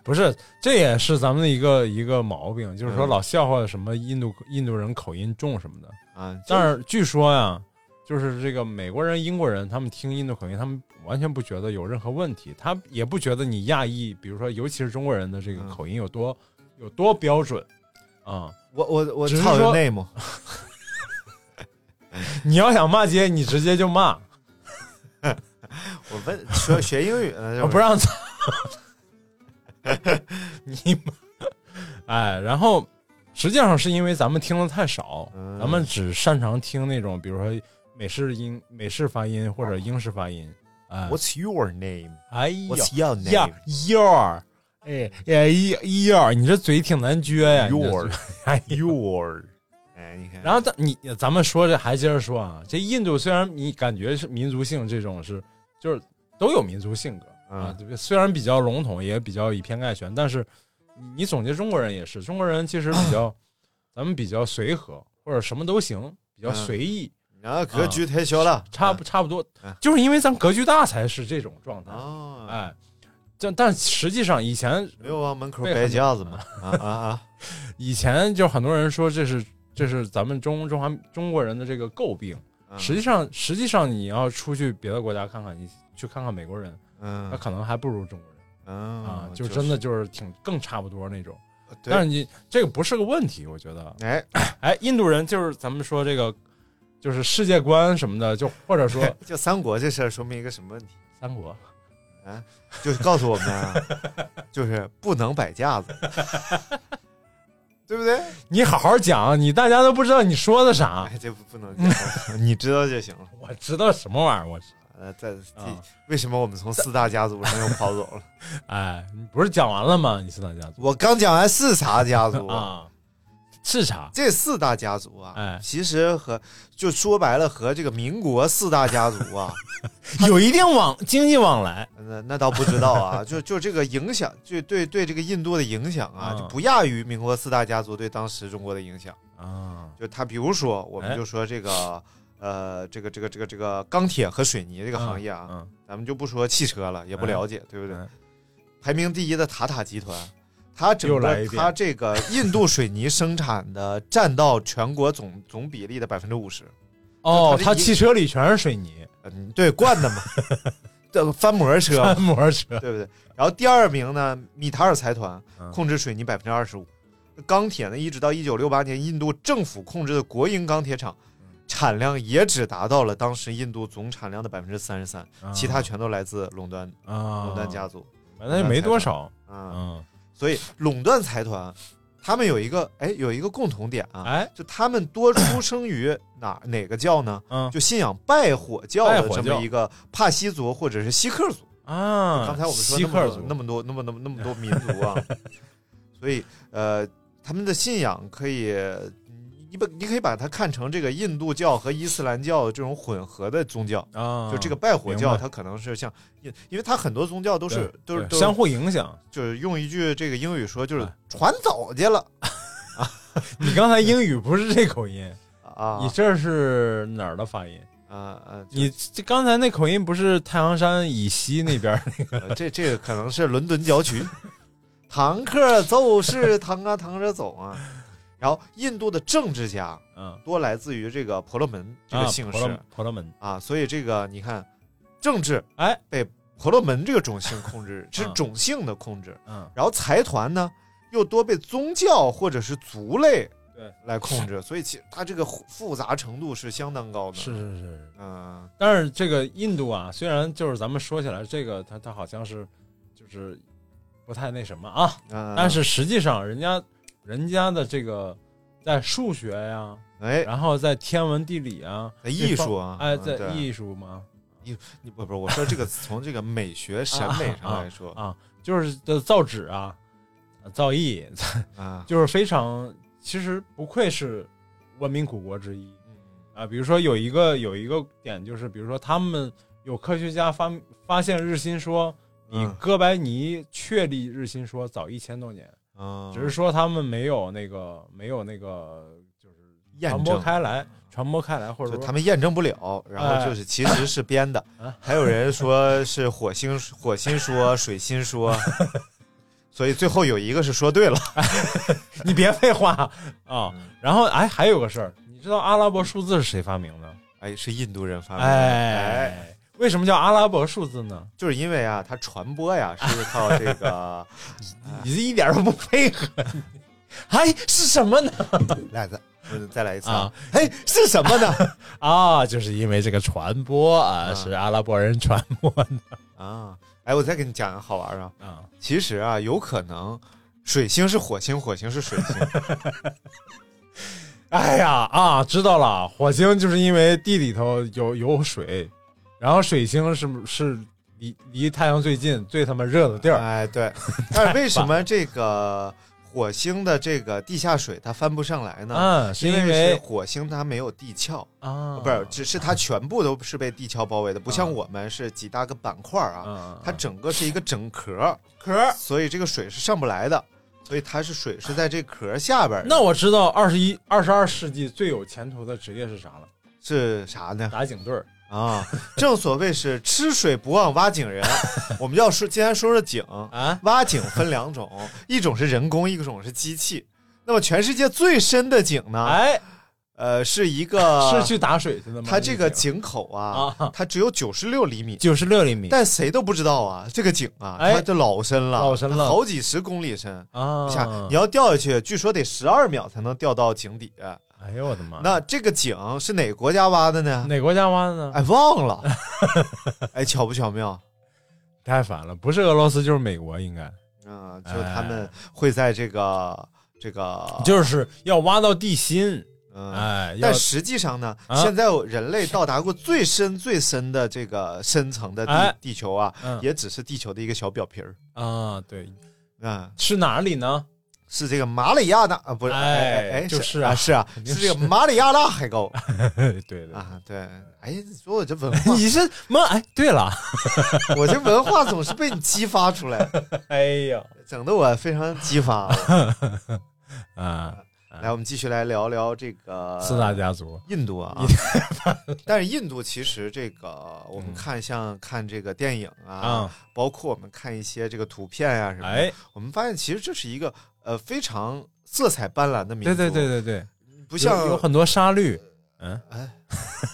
Speaker 3: 不是，这也是咱们的一个一个毛病，就是说
Speaker 2: 嗯
Speaker 3: 老笑话什么印度印度人口音重什么的。
Speaker 2: 啊，就
Speaker 3: 但是据说呀，就是这个美国人、英国人，他们听印度口音，他们完全不觉得有任何问题，他也不觉得你亚裔，比如说尤其是中国人的这个
Speaker 2: 嗯
Speaker 3: 口音有多、有多标准啊、
Speaker 2: 我我我
Speaker 3: 只是
Speaker 2: 操
Speaker 3: 说
Speaker 2: 有内幕，
Speaker 3: 你要想骂街，你直接就骂，
Speaker 2: 我问学学英语呢，
Speaker 3: 我
Speaker 2: 就
Speaker 3: 哦不让
Speaker 2: <laughs>
Speaker 3: 操，你妈，哎，然后实际上是因为咱们听的太少，
Speaker 2: 嗯
Speaker 3: 咱们只擅长听那种，比如说美式音、美式发音或者英式发音。哎，
Speaker 2: What's your name?
Speaker 3: 哎呀
Speaker 2: What's your
Speaker 3: 呀
Speaker 2: name?
Speaker 3: 呀，哎哎呀呀，你这嘴挺难撅呀。你这
Speaker 2: Your
Speaker 3: 哎呀
Speaker 2: your，哎，你看，
Speaker 3: <laughs> 然后咱你咱们说这还接着说啊，这印度虽然你感觉是民族性这种是就是都有民族性格、
Speaker 2: 嗯
Speaker 3: 啊，对不对虽然比较笼统，也比较以偏概全，但是你你总结中国人也是，中国人其实比
Speaker 2: <coughs>
Speaker 3: 较咱们比较随和，或者什么都行，比较随意，
Speaker 2: 然后格局太小了，
Speaker 3: 啊差不差不多
Speaker 2: 嗯，
Speaker 3: 就是因为咱格局大才是这种状态，
Speaker 2: 哦，
Speaker 3: 哎。这但实际上，以前
Speaker 2: 没有往门口
Speaker 3: 对
Speaker 2: 摆架子嘛，啊啊啊，
Speaker 3: 以前就很多人说这是这是咱们中中华中国人的这个诟病， <laughs>
Speaker 2: 嗯
Speaker 3: 实际上实际上你要出去别的国家看看，你去看看美国人，他
Speaker 2: 嗯
Speaker 3: 可能还不如中国人
Speaker 2: 嗯
Speaker 3: 啊，就真的就是挺更差不多那种。
Speaker 2: 对
Speaker 3: 但是你这个不是个问题，我觉得。
Speaker 2: 是哎，
Speaker 3: 哎，印度人就是咱们说这个，就是世界观什么的，就或
Speaker 2: <laughs>
Speaker 3: 者说
Speaker 2: 就三国这事儿说明一个什么问题？
Speaker 3: 三国，
Speaker 2: 就是告诉我们啊，就是不能摆架子，对不对？
Speaker 3: 你好好讲，你大家都不知道你说的啥，
Speaker 2: 哎，这不不能讲，你知道就行了。
Speaker 3: 我知道什么玩意儿，我知
Speaker 2: 呃，在这
Speaker 3: 啊
Speaker 2: 为什么我们从四大家族上又跑走了？
Speaker 3: 哎，你不是讲完了吗？你四大家族
Speaker 2: <laughs> 我刚讲完四大家族，
Speaker 3: 啊，是啥？
Speaker 2: 这四大家族啊，
Speaker 3: 哎
Speaker 2: 其实和就说白了和这个民国四大家族啊，
Speaker 3: 有一定往经济往来，
Speaker 2: 那那倒不知道啊，就就这个影响，就对对这个印度的影响啊，
Speaker 3: 嗯
Speaker 2: 就不亚于民国四大家族对当时中国的影响。
Speaker 3: 啊，
Speaker 2: 就他比如说，我们
Speaker 3: 哎
Speaker 2: 就说这个。呃，这个这个这个这个钢铁和水泥这
Speaker 3: 这
Speaker 2: 个行业啊，咱们就不说汽车了，也
Speaker 3: 嗯
Speaker 2: 不
Speaker 3: 哎
Speaker 2: 了解，对不对？
Speaker 3: 哎
Speaker 2: 排名第一的塔塔集团，它整
Speaker 3: 又来
Speaker 2: 个
Speaker 3: 一遍
Speaker 2: 它这个印度水泥生产的占到全国总总比例的百分之五十，
Speaker 3: 哦，
Speaker 2: 它
Speaker 3: 它
Speaker 2: 这一
Speaker 3: 汽车里全是水泥，
Speaker 2: 嗯，对，惯
Speaker 3: <laughs>
Speaker 2: 的嘛，这个翻模车嘛，
Speaker 3: 三摩托 <laughs> 车，
Speaker 2: 对不对？然后第二名呢，米塔尔财团
Speaker 3: 嗯
Speaker 2: 控制水泥百分之二十五，钢铁呢，一直到一九六八年，印度政府控制的国营钢铁厂
Speaker 3: 嗯
Speaker 2: 产量也只达到了当时印度总产量的百分之三十三，其他全都来自垄断
Speaker 3: 啊，
Speaker 2: 垄断家族
Speaker 3: 反正也没多少，
Speaker 2: 啊。
Speaker 3: 嗯，
Speaker 2: 所以垄断财团，他们有一个哎有一个共同点啊，
Speaker 3: 哎，
Speaker 2: 就他们多出生于哪哪个教呢？
Speaker 3: 嗯
Speaker 2: 就信仰拜火教
Speaker 3: 拜
Speaker 2: 的
Speaker 3: 火
Speaker 2: 这
Speaker 3: 教
Speaker 2: 么一个帕西族或者是锡克族。
Speaker 3: 啊，
Speaker 2: 刚才我们说
Speaker 3: 锡
Speaker 2: 那
Speaker 3: 克
Speaker 2: 么
Speaker 3: 族
Speaker 2: 多那么多那么那么那么多民族啊， <laughs> 所以呃，他们的信仰可以。你把你可以把它看成这个印度教和伊斯兰教这种混合的宗教，
Speaker 3: 啊，
Speaker 2: 就这个拜火教，
Speaker 3: 明白
Speaker 2: 它可能是像，因因为它很多宗教都是
Speaker 3: 对
Speaker 2: 都是
Speaker 3: 对
Speaker 2: 都是
Speaker 3: 相互影
Speaker 2: <laughs>
Speaker 3: 响。
Speaker 2: 就是用一句这个英语说，就是
Speaker 3: 哎
Speaker 2: 传走去了
Speaker 3: 你刚才英语不是这口音，
Speaker 2: 啊
Speaker 3: 你这是哪儿的发
Speaker 2: <laughs>
Speaker 3: 音？
Speaker 2: 啊啊！
Speaker 3: 你这刚才那口音不是太行山以西那边儿？
Speaker 2: 呃这这个可能是伦敦郊区，堂客就是堂啊堂着走啊。然后印度的政治家
Speaker 3: <laughs> 嗯，
Speaker 2: 多来自于这个婆罗门这个姓氏
Speaker 3: 啊婆罗婆罗门，
Speaker 2: 啊，所以这个你看，政治
Speaker 3: 哎
Speaker 2: 被婆罗门这个种姓
Speaker 3: <laughs>
Speaker 2: 控制，是
Speaker 3: 嗯
Speaker 2: 种姓的控制。
Speaker 3: 嗯，
Speaker 2: 然后财团呢又多被宗教或者是族类
Speaker 3: 对
Speaker 2: 来控制，所以其实它这个复杂程度是相当高的。
Speaker 3: 是是是。
Speaker 2: 嗯，
Speaker 3: 但是这个印度啊，虽然就是咱们说起来这个，它它好像是就是不太那什么啊，
Speaker 2: 嗯
Speaker 3: 但是实际上人家人家的这个在数学呀、
Speaker 2: 哎，
Speaker 3: 然后在天文地理啊，
Speaker 2: 在艺术啊，
Speaker 3: 哎，
Speaker 2: 嗯
Speaker 3: 在
Speaker 2: 对
Speaker 3: 艺术嘛
Speaker 2: 你不不，我说这个从这个美学审美上来说
Speaker 3: 啊，就是的造纸啊，造诣 <laughs>
Speaker 2: 啊，
Speaker 3: 就是非常，其实不愧是文明古国之一
Speaker 2: 嗯
Speaker 3: 啊。比如说有一个有一个点就是，比如说他们有科学家发发现日心说。比
Speaker 2: 嗯
Speaker 3: 哥白尼确立日心说早一千多年，
Speaker 2: 嗯，
Speaker 3: 只是说他们没有那个没有那个就是
Speaker 2: 嗯验
Speaker 3: 传播
Speaker 2: 证，
Speaker 3: 开来，传播开来，或者
Speaker 2: 就
Speaker 3: 说
Speaker 2: 他们验证不了，然后就是其实是编的 <laughs>
Speaker 3: 啊，
Speaker 2: 还有人说是火星火星说、水星说， <laughs> 所以最后有一个是说对了，
Speaker 3: 你别废话啊、
Speaker 2: 嗯
Speaker 3: 然后哎，还有个事儿，你知道阿拉伯数字是谁发明的？
Speaker 2: 哎，是印度人发明的，哎，
Speaker 3: 哎，为什么叫阿拉伯数字呢？
Speaker 2: 就是因为啊，它传播呀是靠这
Speaker 3: <laughs>
Speaker 2: 个哎
Speaker 3: 你这一点都不配合，哎，是什么呢？
Speaker 2: 来子，我嗯再来一次
Speaker 3: 啊，
Speaker 2: 哎，是什么呢？
Speaker 3: 啊，就是因为这个传播啊，
Speaker 2: 啊
Speaker 3: 是阿拉伯人传播的
Speaker 2: <laughs> 啊，哎，我再给你讲个好玩儿啊，
Speaker 3: 啊。
Speaker 2: 其实啊，有可能水星是火星，火星是水星，
Speaker 3: 哎呀啊，知道了，火星就是因为地里头有有水，然后水星是是离离太阳最近、最他妈热 <laughs> 的地儿。
Speaker 2: 哎，
Speaker 3: <laughs>
Speaker 2: 对。但是为什么这个火星的这个地下水它翻不上来呢？
Speaker 3: 嗯，是
Speaker 2: 因是
Speaker 3: 为
Speaker 2: 火星它没有地壳，
Speaker 3: 啊，
Speaker 2: 不是，只是它全部都是被地壳包围的，
Speaker 3: 嗯
Speaker 2: 不像我们是几大个板块儿啊，
Speaker 3: 啊，
Speaker 2: 它整个是一个整壳壳，所以这个水是上不来的，所以它是水是在这壳下边儿。
Speaker 3: 那我知道二十一、二十二世纪最有前途的职业是啥了？
Speaker 2: 是啥呢？
Speaker 3: 打井队儿。
Speaker 2: 啊，正所谓是吃水不忘挖井人，我们要说，今天说说井
Speaker 3: 啊
Speaker 2: 挖井分两种，一种是人工，一种是机器。那么全世界最深的井呢，
Speaker 3: 哎，
Speaker 2: 呃，是一个，
Speaker 3: 是去打水去的吗？
Speaker 2: 它这个井口啊，
Speaker 3: 啊
Speaker 2: 它只有九十六厘米。
Speaker 3: 九十六厘米
Speaker 2: 但谁都不知道啊，这个井啊，
Speaker 3: 哎
Speaker 2: 它就老深了，
Speaker 3: 老深了
Speaker 2: 它好几十公里深。
Speaker 3: 啊
Speaker 2: 你想，你要掉下去，据说得十二秒才能掉到井底。啊
Speaker 3: 哎呦我的妈！
Speaker 2: 那这个井是哪个国家挖的呢？
Speaker 3: 哪国家挖的呢？
Speaker 2: 哎，
Speaker 3: <laughs>
Speaker 2: 忘了。哎，巧不巧妙？
Speaker 3: 太烦了，不是俄罗斯就是美国，应该
Speaker 2: 嗯，就是他们会在这个这个，
Speaker 3: 哎就是要挖到地心。
Speaker 2: 嗯，
Speaker 3: 哎，要
Speaker 2: 但实际上呢，
Speaker 3: 啊
Speaker 2: 现在人类到达过最深最深的这个深层的地
Speaker 3: 哎
Speaker 2: 地球啊，
Speaker 3: 嗯
Speaker 2: 也只是地球的一个小表皮儿。
Speaker 3: 啊，对，
Speaker 2: 啊，
Speaker 3: 是哪里呢？
Speaker 2: 是这个马里亚纳啊，不是，
Speaker 3: 哎
Speaker 2: 哎哎，
Speaker 3: 就是
Speaker 2: 啊，
Speaker 3: 啊
Speaker 2: 是啊，
Speaker 3: 肯定
Speaker 2: 是
Speaker 3: 是
Speaker 2: 这个马里亚纳海沟
Speaker 3: <laughs> 对对对，
Speaker 2: 啊，对，哎，你说我这文
Speaker 3: <laughs>
Speaker 2: 化，
Speaker 3: 你是妈哎，对
Speaker 2: <laughs>
Speaker 3: 了，
Speaker 2: 我这文化总是被你激发出来，
Speaker 3: 哎呦
Speaker 2: 整得我非常激发。
Speaker 3: <laughs> 啊，
Speaker 2: 来，我们继续来聊聊这个
Speaker 3: 四大家族
Speaker 2: 印度啊，
Speaker 3: <laughs>
Speaker 2: 但是印度其实这个我
Speaker 3: 嗯
Speaker 2: 们看像看这个电影啊，
Speaker 3: 啊，
Speaker 2: 包括我们看一些这个图片呀、什么的，
Speaker 3: 哎，
Speaker 2: 我们发现其实这是一个呃非常色彩斑斓的民
Speaker 3: 对
Speaker 2: 族，
Speaker 3: 对对，对对，
Speaker 2: 不像
Speaker 3: 有有很多沙律，
Speaker 2: 哦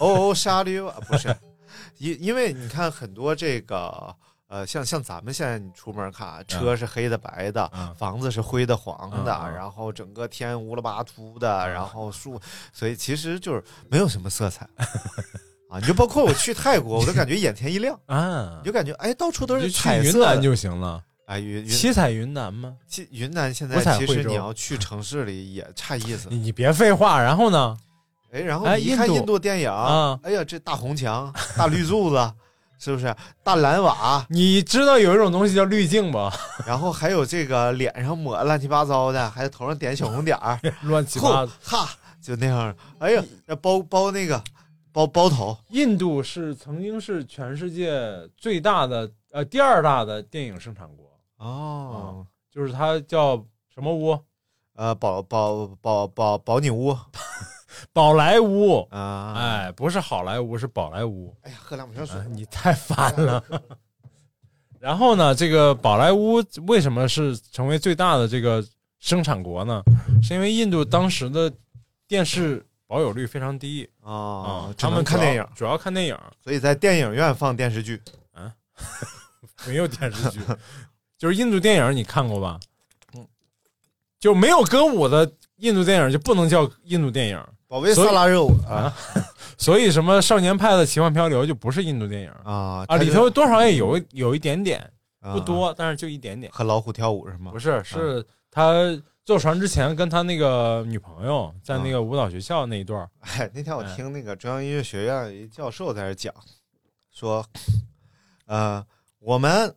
Speaker 2: <laughs> 哦沙律啊，不是，因因为你看很多这个。呃，像像咱们现在你出门看啊，车是黑的白的，
Speaker 3: 嗯
Speaker 2: 房子是灰的黄的，
Speaker 3: 嗯嗯嗯
Speaker 2: 然后整个天乌了巴秃的，然后树，所以其实就是没有什么色彩啊。你就包括我去泰国，我都感觉眼前
Speaker 3: <laughs>
Speaker 2: 一亮，
Speaker 3: 啊
Speaker 2: 你，就感觉哎，到处都
Speaker 3: 你
Speaker 2: 是
Speaker 3: 就去
Speaker 2: 彩
Speaker 3: 云
Speaker 2: 色的。
Speaker 3: 南就行了，
Speaker 2: 哎，云云
Speaker 3: 七彩云南吗？
Speaker 2: 其云南现
Speaker 3: 五
Speaker 2: 在
Speaker 3: 彩
Speaker 2: 其
Speaker 3: 惠
Speaker 2: 实
Speaker 3: 州
Speaker 2: 你要去城市里也差意思
Speaker 3: 你。你别废话，然后呢？
Speaker 2: 哎，然后
Speaker 3: 哎
Speaker 2: 你一看
Speaker 3: 印度
Speaker 2: 印度电影，
Speaker 3: 啊
Speaker 2: 哎呀，这大红墙、大绿柱子，是不是大蓝瓦？
Speaker 3: 你知道有一种东西叫滤镜吧？ <laughs>
Speaker 2: 然后还有这个脸上抹乱七八糟的，还有头上点小红点儿，
Speaker 3: 乱七八
Speaker 2: 吼
Speaker 3: 糟。嗯
Speaker 2: 哈，就那样。哎呀，那包包那个包包头，
Speaker 3: 印度是曾经是全世界最大的呃第二大的电影生产国，
Speaker 2: 哦，
Speaker 3: 就是它叫什么屋？
Speaker 2: 呃，保保保保保你屋
Speaker 3: 宝莱坞。
Speaker 2: 啊！
Speaker 3: 哎，不是好莱坞，是宝莱坞。
Speaker 2: 哎呀，喝两瓶水
Speaker 3: 啊，你太烦了。 <laughs> 然后呢，这个宝莱坞为什么是成为最大的这个生产国呢？是因为印度当时的电视保有率非常低
Speaker 2: 哦
Speaker 3: 啊，，
Speaker 2: 只
Speaker 3: 他
Speaker 2: 能
Speaker 3: 们
Speaker 2: 看
Speaker 3: 主要
Speaker 2: 电影，
Speaker 3: 主要看电影，
Speaker 2: 所以在电影院放电视剧。
Speaker 3: 没有电视剧。 <laughs> 就是印度电影你看过吧？就没有歌舞的印度电影就不能叫印度电影，
Speaker 2: 保卫
Speaker 3: 所以
Speaker 2: 萨拉热舞啊
Speaker 3: 所以什么少年派的奇幻漂流就不是印度电影
Speaker 2: 啊
Speaker 3: 啊，里头多少也有有一点点，
Speaker 2: 不
Speaker 3: 不
Speaker 2: 啊
Speaker 3: 多，但是就一点点。
Speaker 2: 和老虎跳舞是吗
Speaker 3: 不？是，是他坐船之前跟他那个女朋友在那
Speaker 2: 啊
Speaker 3: 个舞蹈学校那一段儿
Speaker 2: 哎，那天我
Speaker 3: 嗯
Speaker 2: 听那个中央音乐学院一教授在那讲，说，呃，我们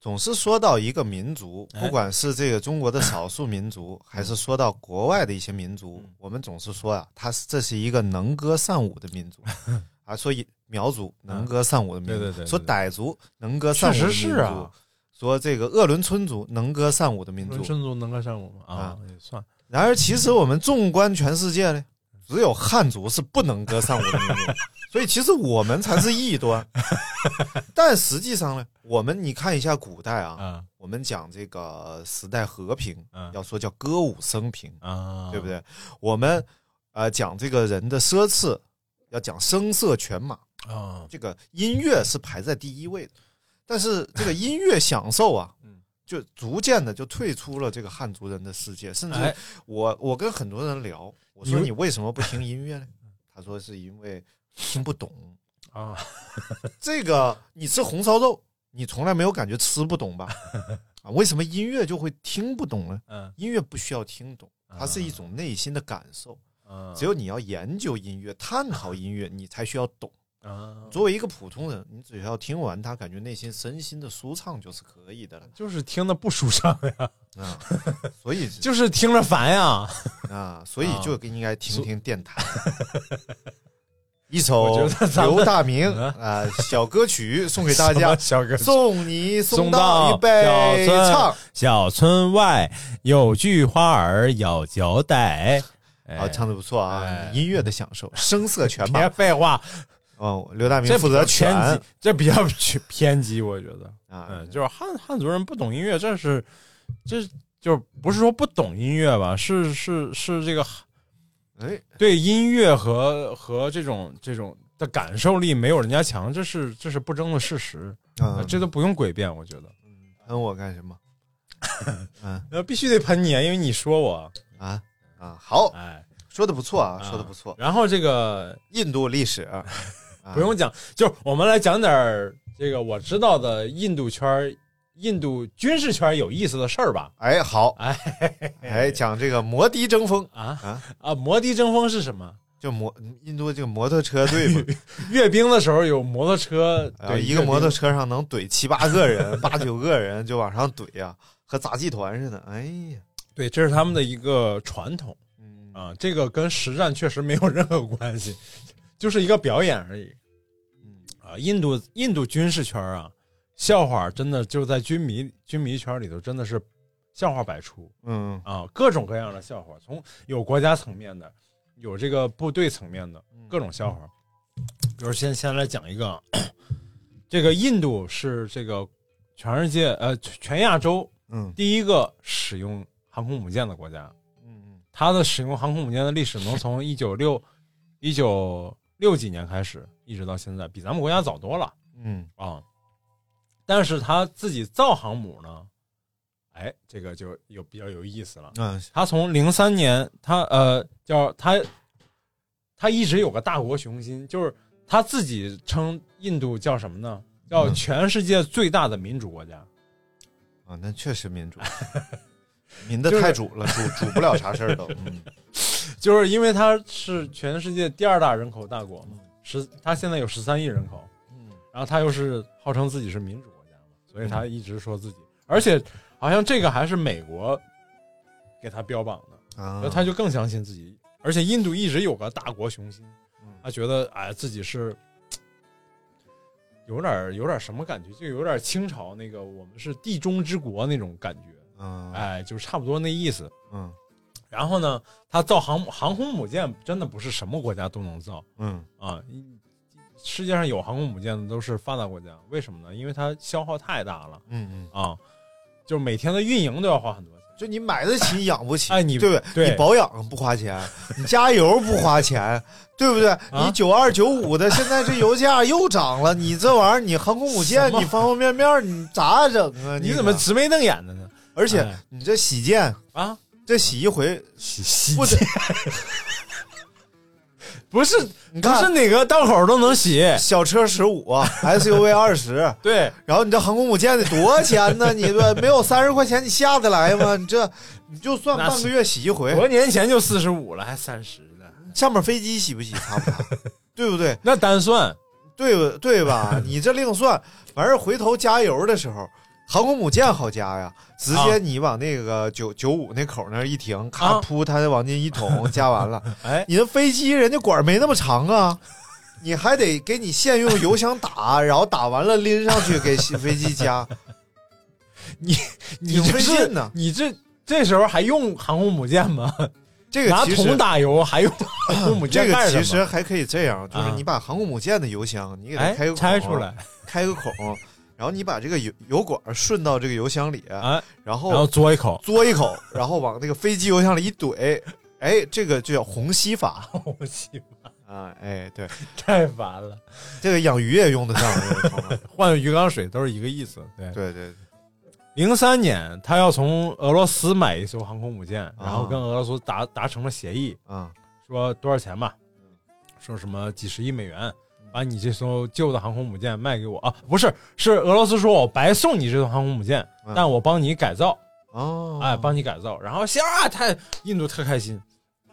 Speaker 2: 总是说到一个民族，
Speaker 3: 哎嗯
Speaker 2: 不管是这个中国的少数民族，还是说到国外的一些民族，我们总是说啊，他是这是一个能歌善舞的民族 <laughs> 啊，所以苗族能歌善舞的民族，
Speaker 3: 嗯对对对对
Speaker 2: 说傣族能歌善舞的
Speaker 3: 确
Speaker 2: 民
Speaker 3: 实
Speaker 2: 族，
Speaker 3: 是啊
Speaker 2: 说这个鄂伦春族能歌善舞的民
Speaker 3: 伦
Speaker 2: 族。
Speaker 3: 春族能歌善舞吗？
Speaker 2: 啊
Speaker 3: 啊，也算
Speaker 2: 然而，其实我们纵观全世界呢，只有汉族是不能歌善舞的民族，所以其实我们才是异端。但实际上呢，我们你看一下古代啊，
Speaker 3: 啊
Speaker 2: 我们讲这个时代和平，
Speaker 3: 嗯
Speaker 2: 要说叫歌舞升平，
Speaker 3: 啊，
Speaker 2: 对不？对？我们呃讲这个人的奢侈，要讲声色犬马，
Speaker 3: 啊，
Speaker 2: 这个音乐是排在第一位的，但是这个音乐享
Speaker 3: <laughs>
Speaker 2: 受啊，
Speaker 3: 嗯
Speaker 2: 就逐渐的就退出了这个汉族人的世界，甚
Speaker 3: 哎
Speaker 2: 至我我跟很多人聊，我说你为什么不听音乐呢？ <laughs> 他说是因为听不懂
Speaker 3: 啊。
Speaker 2: 这个你吃红烧肉，你从来没有感觉吃不
Speaker 3: <laughs>
Speaker 2: 懂吧？啊，为什么音乐就会听不懂呢？
Speaker 3: 嗯啊
Speaker 2: 音乐不需要听懂，它是一种内心的感受。
Speaker 3: 嗯，
Speaker 2: 只有你要研究音乐、探讨音乐，你才需要懂。
Speaker 3: 啊，
Speaker 2: 作为一个普通人，你只需要听完它，感觉内心身心的舒畅就是可以的了。
Speaker 3: 就是听的不舒畅
Speaker 2: <laughs>
Speaker 3: 呀，
Speaker 2: 啊， <laughs> 所以
Speaker 3: 嗯 <laughs> 就是听着烦呀。
Speaker 2: 啊，所以
Speaker 3: 啊
Speaker 2: 就应该听听电
Speaker 3: <laughs>
Speaker 2: 台。一
Speaker 3: 我
Speaker 2: 首
Speaker 3: 觉得咱们
Speaker 2: 刘大明
Speaker 3: 嗯
Speaker 2: 啊小歌曲送给大
Speaker 3: 什么 <laughs>
Speaker 2: 家，
Speaker 3: 小哥，
Speaker 2: 送你
Speaker 3: 送
Speaker 2: 送到一杯
Speaker 3: 小村
Speaker 2: 唱，啊
Speaker 3: 小村外有句花儿咬脚带。
Speaker 2: 啊，唱的不错啊
Speaker 3: 哎，
Speaker 2: 音乐的享受，声色犬
Speaker 3: <laughs> 别。
Speaker 2: 马
Speaker 3: 废话，
Speaker 2: 哦，刘大
Speaker 3: 这
Speaker 2: 明负责
Speaker 3: 比较
Speaker 2: 全
Speaker 3: 偏激，这比较偏偏激，我觉得。
Speaker 2: 啊
Speaker 3: 嗯，，就是汉汉族人不懂音乐，这是这就不是说不懂音乐吧，是是是这个
Speaker 2: 哎，
Speaker 3: 对音乐和和这种这种的感受力没有人家强，这是这是不争的事实，呃
Speaker 2: 嗯，
Speaker 3: 这都不用诡辩，我觉得。
Speaker 2: 喷我干什么？嗯
Speaker 3: 那必须得喷你啊，因为你说我，
Speaker 2: 啊啊，好，
Speaker 3: 哎，
Speaker 2: 说的不错啊，
Speaker 3: 啊
Speaker 2: 说的不错。
Speaker 3: 然后这个
Speaker 2: 印度历史，啊
Speaker 3: 不用讲，就是我们来讲点儿这个我知道的印度圈儿、印度军事圈儿有意思的事儿吧。
Speaker 2: 哎，好，
Speaker 3: 哎
Speaker 2: <laughs> 哎，讲这个摩的争锋，
Speaker 3: 啊
Speaker 2: 啊
Speaker 3: 啊！摩的争锋是什么？
Speaker 2: 就摩印度这个摩托车队
Speaker 3: <laughs>
Speaker 2: 嘛，
Speaker 3: 阅兵的时候有摩托车，
Speaker 2: 啊
Speaker 3: 对，
Speaker 2: 一
Speaker 3: 阅
Speaker 2: 个
Speaker 3: 兵
Speaker 2: 摩托车上能怼七八个人、 <laughs> 八九个人就往上怼呀，和杂技团似的。哎呀，
Speaker 3: 对，这是他们的一个传统
Speaker 2: 嗯
Speaker 3: 啊，这个跟实战确实没有任何关系，就是一个表演而已
Speaker 2: 嗯
Speaker 3: 啊。印度印度军事圈啊，笑话真的就在军迷军迷圈里头真的是笑话百出
Speaker 2: 嗯
Speaker 3: 啊，各种各样的笑话，从有国家层面的，有这个部队层面的
Speaker 2: 嗯
Speaker 3: 各种笑话。比如先先来讲一个啊， <clears throat> 这个印度是这个全世界呃全亚洲
Speaker 2: 嗯
Speaker 3: 第一个使用航空母舰的国家。
Speaker 2: 嗯
Speaker 3: 它的使用航空母舰的历史能
Speaker 2: <laughs>
Speaker 3: 从一九六一九六几年开始，一直到现在，比咱们国家早多了
Speaker 2: 嗯
Speaker 3: 啊。但是他自己造航母呢，哎，这个就有比较有意思了。
Speaker 2: 嗯
Speaker 3: 他从零三年，他呃叫他，他一直有个大国雄心，就是他自己称印度叫什么呢？叫
Speaker 2: 嗯
Speaker 3: 全世界最大的民主国家。
Speaker 2: 啊，那确实
Speaker 3: <laughs>
Speaker 2: 民主，民的
Speaker 3: 就是
Speaker 2: 太主了，主主不了啥事儿都。嗯
Speaker 3: 就是因为它是全世界第二大人口大国嘛，十它现在有十三亿人口，
Speaker 2: 嗯
Speaker 3: 然后它又是号称自己是民主国家嘛，所以它一直说自己，而且好像这个还是美国给它标榜的，
Speaker 2: 啊
Speaker 3: 那，他就更相信自己，而且印度一直有个大国雄心，他觉得哎自己是。有点儿有点儿什么感觉，就有点儿清朝那个我们是地中之国那种感觉，
Speaker 2: 嗯
Speaker 3: 哎，就是差不多那意思。
Speaker 2: 嗯
Speaker 3: 然后呢，他造航母航空母舰真的不是什么国家都能造
Speaker 2: 嗯
Speaker 3: 啊。一世界上有航空母舰的都是发达国家，为什么呢？因为它消耗太大了
Speaker 2: 嗯嗯，
Speaker 3: 啊，就是每天的运营都要花很多钱。
Speaker 2: 就你买得起，养不起，
Speaker 3: 哎你
Speaker 2: 对不
Speaker 3: 对
Speaker 2: 你保养不花钱，你加油不花钱， <laughs> 对不对？
Speaker 3: 啊
Speaker 2: 你九二九五的，现在这油价又涨了，你这玩意儿，你航空母舰
Speaker 3: 什，么
Speaker 2: 你方方面面，你咋整啊？
Speaker 3: 你
Speaker 2: 这
Speaker 3: 怎么
Speaker 2: 个
Speaker 3: 直眉瞪眼的呢？
Speaker 2: 而且
Speaker 3: 哎
Speaker 2: 你这洗舰，
Speaker 3: 啊，
Speaker 2: 这洗一回，
Speaker 3: 洗洗
Speaker 2: 不得
Speaker 3: 不是
Speaker 2: 你
Speaker 3: 不是
Speaker 2: 看
Speaker 3: 哪个档口都能洗，
Speaker 2: 小车十五，SUV 啊二十。 <laughs>
Speaker 3: 对，
Speaker 2: 然后你这航空母舰得多少钱呢？你
Speaker 3: <laughs>
Speaker 2: 这没有三十块钱，你下得来吗？你这你就算
Speaker 3: 那是
Speaker 2: 半个月洗一回，
Speaker 3: 多年前就四十五了，还三十呢，
Speaker 2: 上面飞机洗不洗擦
Speaker 3: <laughs>
Speaker 2: 不擦，对不对？
Speaker 3: 那单算
Speaker 2: 对不对
Speaker 3: <laughs>
Speaker 2: 吧？你这另算，完事儿回头加油的时候，航空母舰好加呀，直
Speaker 3: 啊
Speaker 2: 接你往那个九九五那口那儿一停，
Speaker 3: 啊
Speaker 2: 咔噗，它往进
Speaker 3: <laughs>
Speaker 2: 一捅，加完了。
Speaker 3: 哎
Speaker 2: 你的飞机人家管儿没那么长啊，你还得给你现用油箱打， <laughs> 然后打完了拎上去给飞机加，
Speaker 3: <laughs> 你这
Speaker 2: 费
Speaker 3: 是
Speaker 2: 劲呢
Speaker 3: 你这这时候还用航空母舰吗？
Speaker 2: 这个
Speaker 3: 拿
Speaker 2: 其实
Speaker 3: 桶打油还用航空母 <laughs>
Speaker 2: 这
Speaker 3: 舰
Speaker 2: 个
Speaker 3: 干什么？
Speaker 2: 其实还可以这样，就是
Speaker 3: 啊
Speaker 2: 你把航空母舰的油箱，你给它
Speaker 3: 哎
Speaker 2: 开个孔
Speaker 3: 拆出来，
Speaker 2: 开个孔，然后你把这个油油管顺到这个油箱里，
Speaker 3: 哎，
Speaker 2: 然后
Speaker 3: 然后嘬一口，
Speaker 2: 嘬一口，然后往那个飞机油箱里一怼，哎，这个就叫虹
Speaker 3: <laughs>
Speaker 2: 吸法
Speaker 3: 哦
Speaker 6: 我去，
Speaker 2: 啊，哎，对，
Speaker 6: 太烦了。
Speaker 2: 这个养鱼也用得上，这个方
Speaker 3: <laughs>
Speaker 2: 法
Speaker 3: 换鱼缸水都是一个意思。对，
Speaker 2: 对对，对
Speaker 3: 零三年他要从俄罗斯买一艘航空母舰，然后跟俄罗斯达达成了协议，
Speaker 2: 啊，
Speaker 3: 说多少钱吧，说什么几十亿美元，把你这艘旧的航空母舰卖给我啊？不是，是俄罗斯说我白送你这艘航空母舰，
Speaker 2: 嗯
Speaker 3: 但我帮你改造，
Speaker 2: 哦，
Speaker 3: 哎，帮你改造。然后行啊，他印度特开心，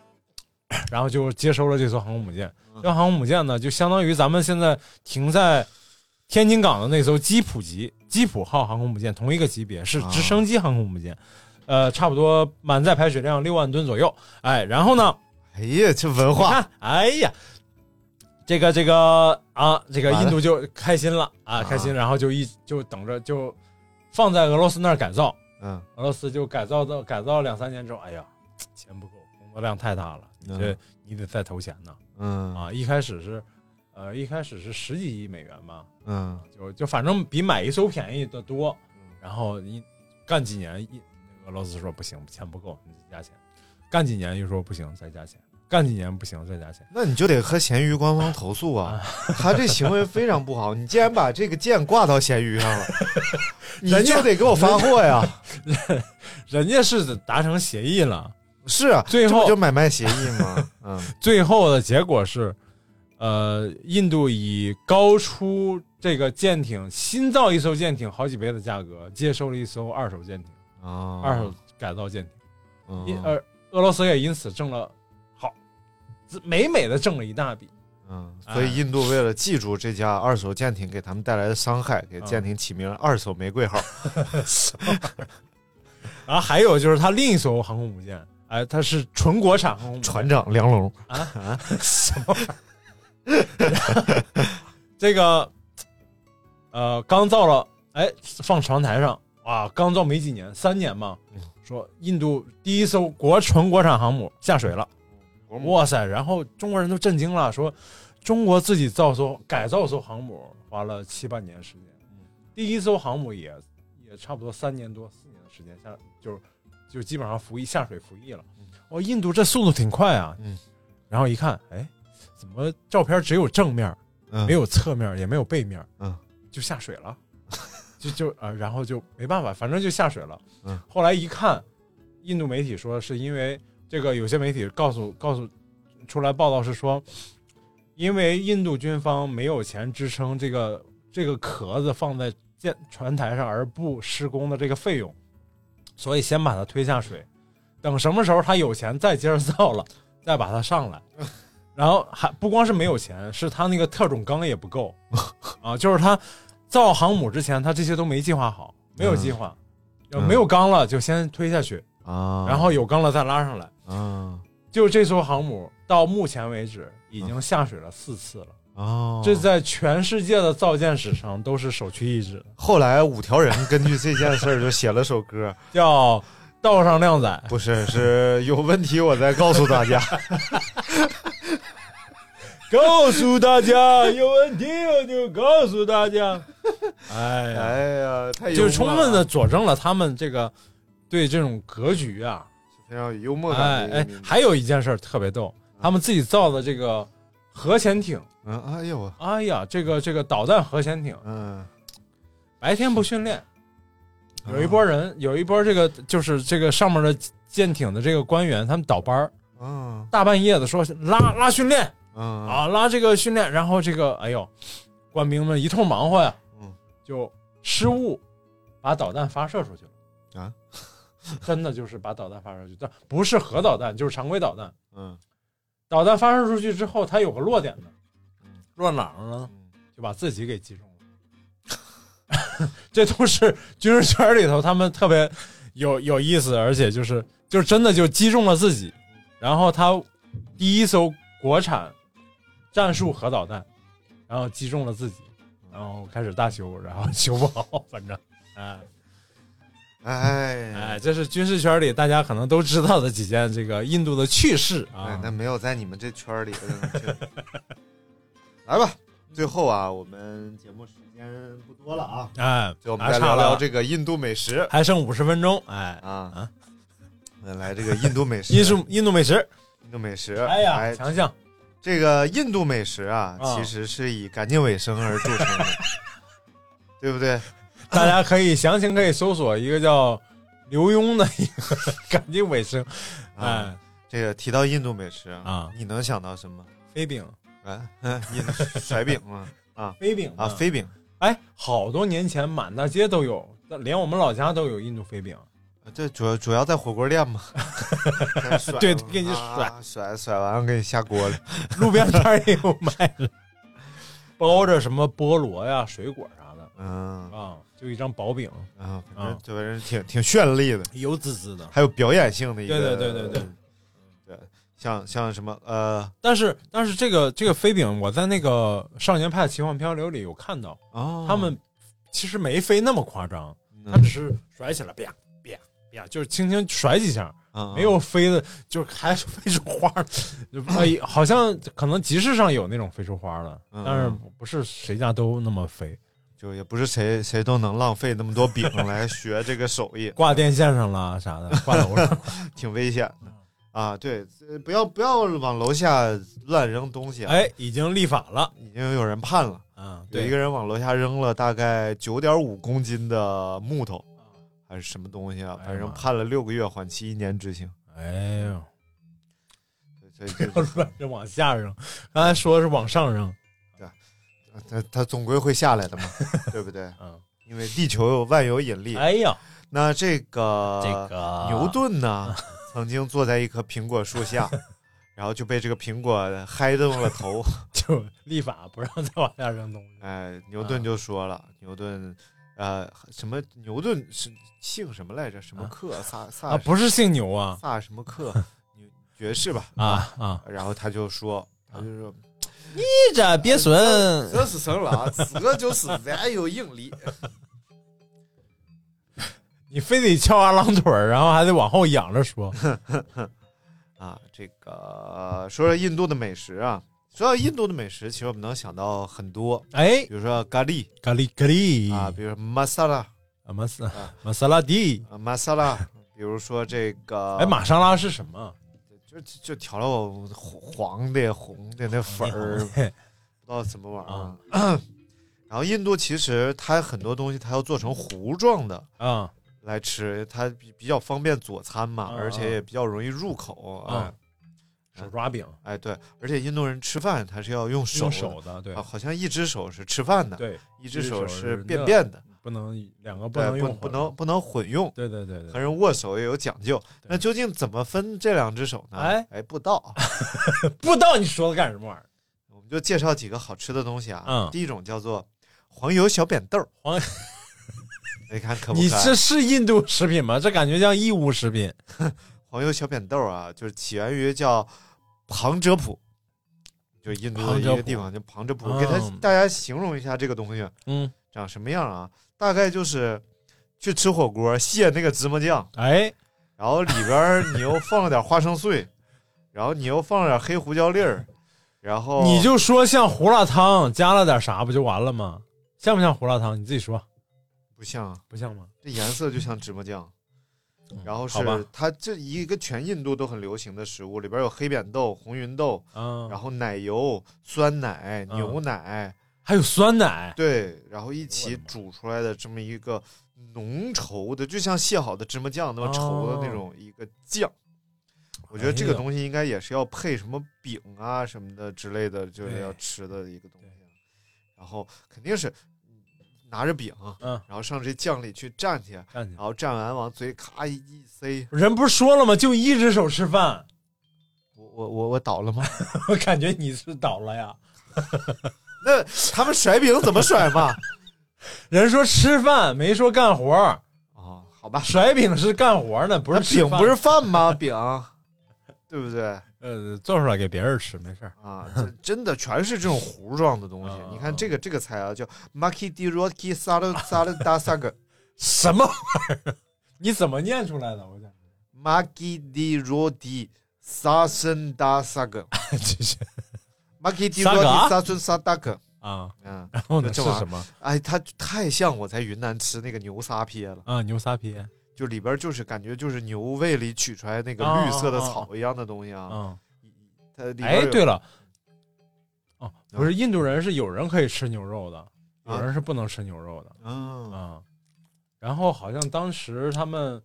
Speaker 3: <coughs> 然后就接收了这艘航空母舰。这艘航空母舰呢，就相当于咱们现在停在天津港的那艘基普级基普号航空母舰，同一个级别是直升机航空母舰，呃，差不多满载排水量六万吨左右。哎，然后呢，
Speaker 2: 哎呀，这文
Speaker 3: 你
Speaker 2: 化，
Speaker 3: 看，哎呀，这个这个啊，这个
Speaker 2: 完了
Speaker 3: 印度就开心了啊，开心，然后就一就等着就放在俄罗斯那儿改造。
Speaker 2: 嗯，
Speaker 3: 俄罗斯就改造到改造两三年之后，哎呀，钱不够，工作量太大了，你这、
Speaker 2: 嗯
Speaker 3: 你得再投钱呢
Speaker 2: 嗯
Speaker 3: 啊！一开始是，呃，一开始是十几亿美元吧，
Speaker 2: 嗯，
Speaker 3: 就就反正比买一艘便宜的多。然后你干几年，一俄罗斯说不行，钱不够，你再加钱；干几年又说不行，再加钱；干几年不行，再加钱。
Speaker 2: 那你就得和咸鱼官方投
Speaker 3: <laughs>
Speaker 2: 诉啊，他这行为非常不好，你竟然把这个剑挂到咸鱼
Speaker 3: <laughs>
Speaker 2: 上了，你
Speaker 3: 人家
Speaker 2: 就得给我发货呀！
Speaker 3: 人家是达成协议了，
Speaker 2: 是啊，
Speaker 3: 最
Speaker 2: 这不
Speaker 3: 后
Speaker 2: 就买卖协议吗？嗯
Speaker 3: 最后的结果是，呃，印度以高出这个舰艇新造一艘舰艇好几倍的价格接收了一艘二手舰艇，
Speaker 2: 啊
Speaker 3: 二手改造舰艇，
Speaker 2: 嗯
Speaker 3: 因而俄罗斯也因此挣了好，自美美的挣了一大笔。
Speaker 2: 嗯，
Speaker 3: 哎
Speaker 2: 所以印度为了记住这架二手舰艇给他们带来的伤害，给舰艇起名“二手玫瑰号
Speaker 3: 嗯然后还有就是它另一艘航空母舰，哎，它是纯国产航空”，母舰
Speaker 2: 船长
Speaker 3: <laughs>
Speaker 2: 梁龙。
Speaker 3: 什么玩意儿？这个呃，刚造了，哎，放床台上啊，刚造没几年，三年嘛。说印度第一艘国纯国产航母下水了，哇塞！然后中国人都震惊了，说中国自己造艘改造艘航母花了七八年时间，第一艘航母也也差不多三年多四年的时间下，就是就基本上服役下水服役了。哦，印度这速度挺快啊，
Speaker 2: 嗯，
Speaker 3: 然后一看，哎，怎么照片只有正面，
Speaker 2: 嗯
Speaker 3: 没有侧面，也没有背面，
Speaker 2: 嗯，
Speaker 3: 就下水了，就就啊、呃然后就没办法，反正就下水了。
Speaker 2: 嗯，
Speaker 3: 后来一看，印度媒体说是因为这个，有些媒体告诉告诉出来报道是说，因为印度军方没有钱支撑这个这个壳子放在舰船台上而不施工的这个费用，所以先把它推下水，等什么时候他有钱再接着造了， <laughs> 再把它上来。然后还不光是没有钱，是他那个特种钢也不够啊，就是他造航母之前，他这些都没计划好，没有计划，要
Speaker 2: 嗯
Speaker 3: 没有钢了就先推下去，
Speaker 2: 啊，
Speaker 3: 然后有钢了再拉上来。
Speaker 2: 啊
Speaker 3: 就这艘航母到目前为止已经下水了四次了，
Speaker 2: 哦，
Speaker 3: 这在全世界的造舰史上都是首屈一指的，
Speaker 2: 后来五条人根据这件事儿就写了首
Speaker 3: <laughs>
Speaker 2: 歌，
Speaker 3: 叫《道上靓仔》。
Speaker 2: 不是是有问题我再告诉大家。
Speaker 3: 告诉大家有问题我就告诉大家。 <laughs> 哎呀，
Speaker 2: 哎呀，太幽默了
Speaker 3: 就是充分的佐证了他们这个对这种格局啊。
Speaker 2: 非常有幽默
Speaker 3: 哎
Speaker 2: 感的一嗯
Speaker 3: 哎
Speaker 2: 个民，族。
Speaker 3: 还有一件事儿特别逗，他们自己造的这个核潜艇，
Speaker 2: 嗯，哎呦我，
Speaker 3: 哎呀，这个这个导弹核潜艇，
Speaker 2: 嗯，
Speaker 3: 白天不训练，有一波人，有一波这个就是这个上面的舰艇的这个官员，他们倒班儿，
Speaker 2: 嗯
Speaker 3: 大半夜的说拉拉训练
Speaker 2: 嗯
Speaker 3: 啊，拉这个训练，然后这个哎呦，官兵们一通忙活呀，
Speaker 2: 嗯，
Speaker 3: 就失误，把导弹发射出去了
Speaker 2: 啊，
Speaker 3: <laughs> 真的就是把导弹发射出去，但不是核导弹，就是常规导弹。
Speaker 2: 嗯
Speaker 3: 导弹发射出去之后，它有个落点的，落哪儿了呢？就把自己给击中了。 <laughs> 这都是军事圈里头他们特别有有意思，而且就是就真的就击中了自己。然后他第一艘国产战术核导弹，然后击中了自己，然后开始大修，然后修不好，反正。哎
Speaker 2: 哎
Speaker 3: 哎，这是军事圈里大家可能都知道的几件这个印度的趣事
Speaker 2: 哎
Speaker 3: 啊，。
Speaker 2: 那没有在你们这圈儿里。 <laughs> 来吧，最后啊，我们节目时间不多了啊，
Speaker 3: 哎，
Speaker 2: 就我们再
Speaker 3: 还差
Speaker 2: 聊
Speaker 3: 了
Speaker 2: 聊这个印度美食
Speaker 3: 还剩五十分钟，哎，
Speaker 2: 啊。我们来这个印度
Speaker 3: <laughs>
Speaker 2: 美食，
Speaker 3: 印度印度美食，
Speaker 2: 印度美食，
Speaker 3: 哎呀，强项，
Speaker 2: 这个印度美食啊，
Speaker 3: 啊
Speaker 2: 其实是以干净卫生而著
Speaker 3: <laughs>
Speaker 2: 称的，对不对？
Speaker 3: <laughs> 大家可以详情可以搜索一个叫刘墉的一个 <laughs> 干净卫生，哎
Speaker 2: 啊，这个提到印度美食
Speaker 3: 啊
Speaker 2: 你能想到什么？
Speaker 3: 飞饼，
Speaker 2: 啊， <laughs> 印度甩饼吗？啊
Speaker 3: 飞饼
Speaker 2: 啊，飞饼，
Speaker 3: 哎，好多年前满大街都有，连我们老家都有印度飞饼。
Speaker 2: 这主要主要在火锅店嘛，
Speaker 3: <laughs>
Speaker 2: 甩
Speaker 3: 对
Speaker 2: 嘛
Speaker 3: 给你
Speaker 2: 啊甩甩完给你下锅了。
Speaker 3: <laughs> 路边摊儿也有卖 <laughs> 的，包着什么菠萝呀、水果啥的
Speaker 2: 嗯
Speaker 3: 啊，就一张薄饼，
Speaker 2: 啊，反
Speaker 3: 啊
Speaker 2: 正就反正挺挺绚丽的，
Speaker 3: 油滋滋的。
Speaker 2: 还有表演性的一个，嗯
Speaker 3: 对对对对对
Speaker 2: 对，像像什么呃
Speaker 3: 但是但是这个这个飞饼，我在那个《少年派奇幻漂流》里有看到，
Speaker 2: 哦
Speaker 3: 他们其实没飞那么夸张，
Speaker 2: 嗯
Speaker 3: 他只是甩起来，啪啪啪，就是轻轻甩几下，
Speaker 2: 啊
Speaker 3: 没有飞的，就是还是 <laughs> 飞出花儿，就哎，好像可能集市上有那种飞出花儿的，
Speaker 2: 嗯
Speaker 3: 但是不是谁家都那么飞。
Speaker 2: 就也不是谁谁都能浪费那么多饼来学这个手艺，
Speaker 3: 挂电线上啦啥的，挂楼
Speaker 2: <laughs>
Speaker 3: 上。
Speaker 2: 挺危险
Speaker 3: 嗯
Speaker 2: 的啊！对，呃不要不要往楼下乱扔东西啊！
Speaker 3: 哎，已经立法了，
Speaker 2: 已经有人判了，
Speaker 3: 嗯，
Speaker 2: 有
Speaker 3: 对，
Speaker 2: 一个人往楼下扔了大概九点五公斤的木头，还是什么东西啊？
Speaker 3: 啊哎呀
Speaker 2: 反正
Speaker 3: 妈
Speaker 2: 判了六个月，缓期一年执行。
Speaker 3: 哎呦， <laughs>
Speaker 2: 这这
Speaker 3: 不要乱扔往下扔，刚才说是往上扔，
Speaker 2: 他他总归会下
Speaker 3: <laughs>
Speaker 2: 来的嘛，对不对？
Speaker 3: 嗯，
Speaker 2: 因为地球有万有引力。
Speaker 3: 哎呀，
Speaker 2: 那这个
Speaker 3: 这个
Speaker 2: 呃
Speaker 3: 啊
Speaker 2: 牛顿呢，曾经坐在一棵苹果树
Speaker 3: <laughs>
Speaker 2: 下，然后就被这个苹果嗨动了头。
Speaker 3: 就立法不让再往下扔东西，
Speaker 2: 哎，牛
Speaker 3: 嗯
Speaker 2: 顿就说了，牛顿，呃，什么牛顿是姓什么来着？什么克？萨萨
Speaker 3: 啊，不是姓牛啊，
Speaker 2: 萨什
Speaker 3: <laughs>
Speaker 2: 么克？牛爵士吧？
Speaker 3: 啊。啊，
Speaker 2: 然后他就说，他就说，
Speaker 3: 记着别损，
Speaker 2: 这是什么了？这个就是万有引
Speaker 3: <laughs>
Speaker 2: 力。
Speaker 3: 你非得翘二郎腿儿，然后还得往后仰着说，
Speaker 2: 啊，这个说说印度的美食啊，说到印度的美食，其实我们能想到很多，
Speaker 3: 哎
Speaker 2: <laughs> 比，如说咖喱
Speaker 3: 咖喱咖喱
Speaker 2: 啊，
Speaker 3: 啊，
Speaker 2: 比如说 masala
Speaker 3: 马斯
Speaker 2: 啊
Speaker 3: 马萨拉蒂，
Speaker 2: 啊 masala，比如说这个
Speaker 3: 哎，玛莎拉是什么？
Speaker 2: 就就调了黄的、红的那粉儿，不
Speaker 3: 嘿
Speaker 2: 知道什么玩意儿。啊
Speaker 3: 啊
Speaker 2: <clears throat> 然后印度其实它很多东西它要做成糊状的
Speaker 3: 啊，
Speaker 2: 来吃，它比比较方便佐餐嘛，
Speaker 3: 啊
Speaker 2: 而且也比较容易入口。
Speaker 3: 啊
Speaker 2: 哎
Speaker 3: 手抓饼，
Speaker 2: 哎，对，而且印度人吃饭他是要用手
Speaker 3: 用
Speaker 2: 的
Speaker 3: 手的，对
Speaker 2: 啊，好像一只手是吃饭的，
Speaker 3: 对，
Speaker 2: 一只
Speaker 3: 手
Speaker 2: 手是
Speaker 3: 是
Speaker 2: 便
Speaker 3: 那
Speaker 2: 便的，
Speaker 3: 不能两个不
Speaker 2: 对，
Speaker 3: 能
Speaker 2: 不
Speaker 3: 用，
Speaker 2: 不能，不能混用。
Speaker 3: 对对对对
Speaker 2: 和，人握手也有讲究，
Speaker 3: 对
Speaker 2: 那究竟怎么分这两只手呢？
Speaker 3: 哎
Speaker 2: 哎，不知道。
Speaker 3: 不知道你说的干什么玩意儿。
Speaker 2: 我们就介绍几个好吃的东西啊。
Speaker 3: 嗯
Speaker 2: 第一种叫做黄油小扁豆儿，
Speaker 3: 黄， <laughs>
Speaker 2: 你看可不
Speaker 3: 你
Speaker 2: 可爱
Speaker 3: 这是印度食品吗？这感觉像义乌食品。
Speaker 2: 黄油小扁豆儿啊，就是起源于叫旁遮普，就是印度的
Speaker 3: 旁
Speaker 2: 一
Speaker 3: 遮
Speaker 2: 个
Speaker 3: 普
Speaker 2: 地方叫旁遮普。
Speaker 3: 嗯
Speaker 2: 给它大家形容一下这个东西啊
Speaker 3: 嗯，
Speaker 2: 长什么样啊？大概就是去吃火锅卸那个芝麻酱，
Speaker 3: 哎，
Speaker 2: 然后里边儿 <laughs> 你又放了点花生碎，然后你又放了点黑胡椒粒儿，然后
Speaker 3: 你就说像胡辣汤加了点啥不就完了吗？像不像胡辣汤？你自己说，
Speaker 2: 不像
Speaker 3: 不像吗？
Speaker 2: 这颜色就像芝麻酱。然后
Speaker 3: 嗯
Speaker 2: 是
Speaker 3: 好吧，
Speaker 2: 它这一个全印度都很流行的食物，里边有黑扁豆、红芸豆，
Speaker 3: 嗯，
Speaker 2: 然后奶油、酸奶、
Speaker 3: 嗯
Speaker 2: 牛奶，
Speaker 3: 还有酸奶，
Speaker 2: 对，然后一
Speaker 3: 我
Speaker 2: 起
Speaker 3: 的妈
Speaker 2: 煮出来的这么一个浓稠的，就像卸好的芝麻酱那么稠的那种一个酱。我觉得这个
Speaker 3: 哦哎呦
Speaker 2: 东西应该也是要配什么饼啊什么的之类的，就是
Speaker 3: 对
Speaker 2: 要吃的一个东西。然后肯定是拿着饼，
Speaker 3: 嗯，
Speaker 2: 然后上这酱里去蘸去，
Speaker 3: 看见
Speaker 2: 然后蘸完往嘴咔一一塞，
Speaker 3: 人不是说了吗？就一只手吃饭， <laughs>
Speaker 2: 我我我我倒了吗？
Speaker 3: 我感觉你是倒了呀。
Speaker 2: <laughs> 那他们甩饼怎么甩嘛？ <laughs>
Speaker 3: 人说吃饭没说干活儿，
Speaker 2: 啊，好吧，
Speaker 3: 甩饼是干活儿呢，不
Speaker 2: 那
Speaker 3: 是吃
Speaker 2: 饼
Speaker 3: 饭
Speaker 2: 不是饭吗？饼，对不对？
Speaker 3: 呃做出来给别人吃没事儿。
Speaker 2: 啊，这真的全是这
Speaker 3: <laughs>
Speaker 2: 种糊状的东西
Speaker 3: 啊。
Speaker 2: 你看这个这个菜啊，叫 maki di roki salad salad da saga
Speaker 3: 什么玩意儿？你怎么念出来的？我想
Speaker 2: maki di rodi sasun da saga
Speaker 3: 这是
Speaker 2: maki di
Speaker 3: Saga？
Speaker 2: rodi sasun sadaka
Speaker 3: 啊，
Speaker 2: 嗯，
Speaker 3: 然后呢
Speaker 2: 这
Speaker 3: 是
Speaker 2: 玩意儿
Speaker 3: 什么
Speaker 2: 哎，它太像我在云南吃那个牛撒撇了，
Speaker 3: 啊？牛撒撇，
Speaker 2: 就里边就是感觉就是牛胃里取出来那个
Speaker 3: 啊
Speaker 2: 绿色的草一样的东西啊。
Speaker 3: 嗯，
Speaker 2: 它里边
Speaker 3: 哎，
Speaker 2: 有啊
Speaker 3: 对了，哦，不是印度人是有人可以吃牛肉的，有人是不能吃牛肉的
Speaker 2: 啊嗯，
Speaker 3: 啊。然后好像当时他们，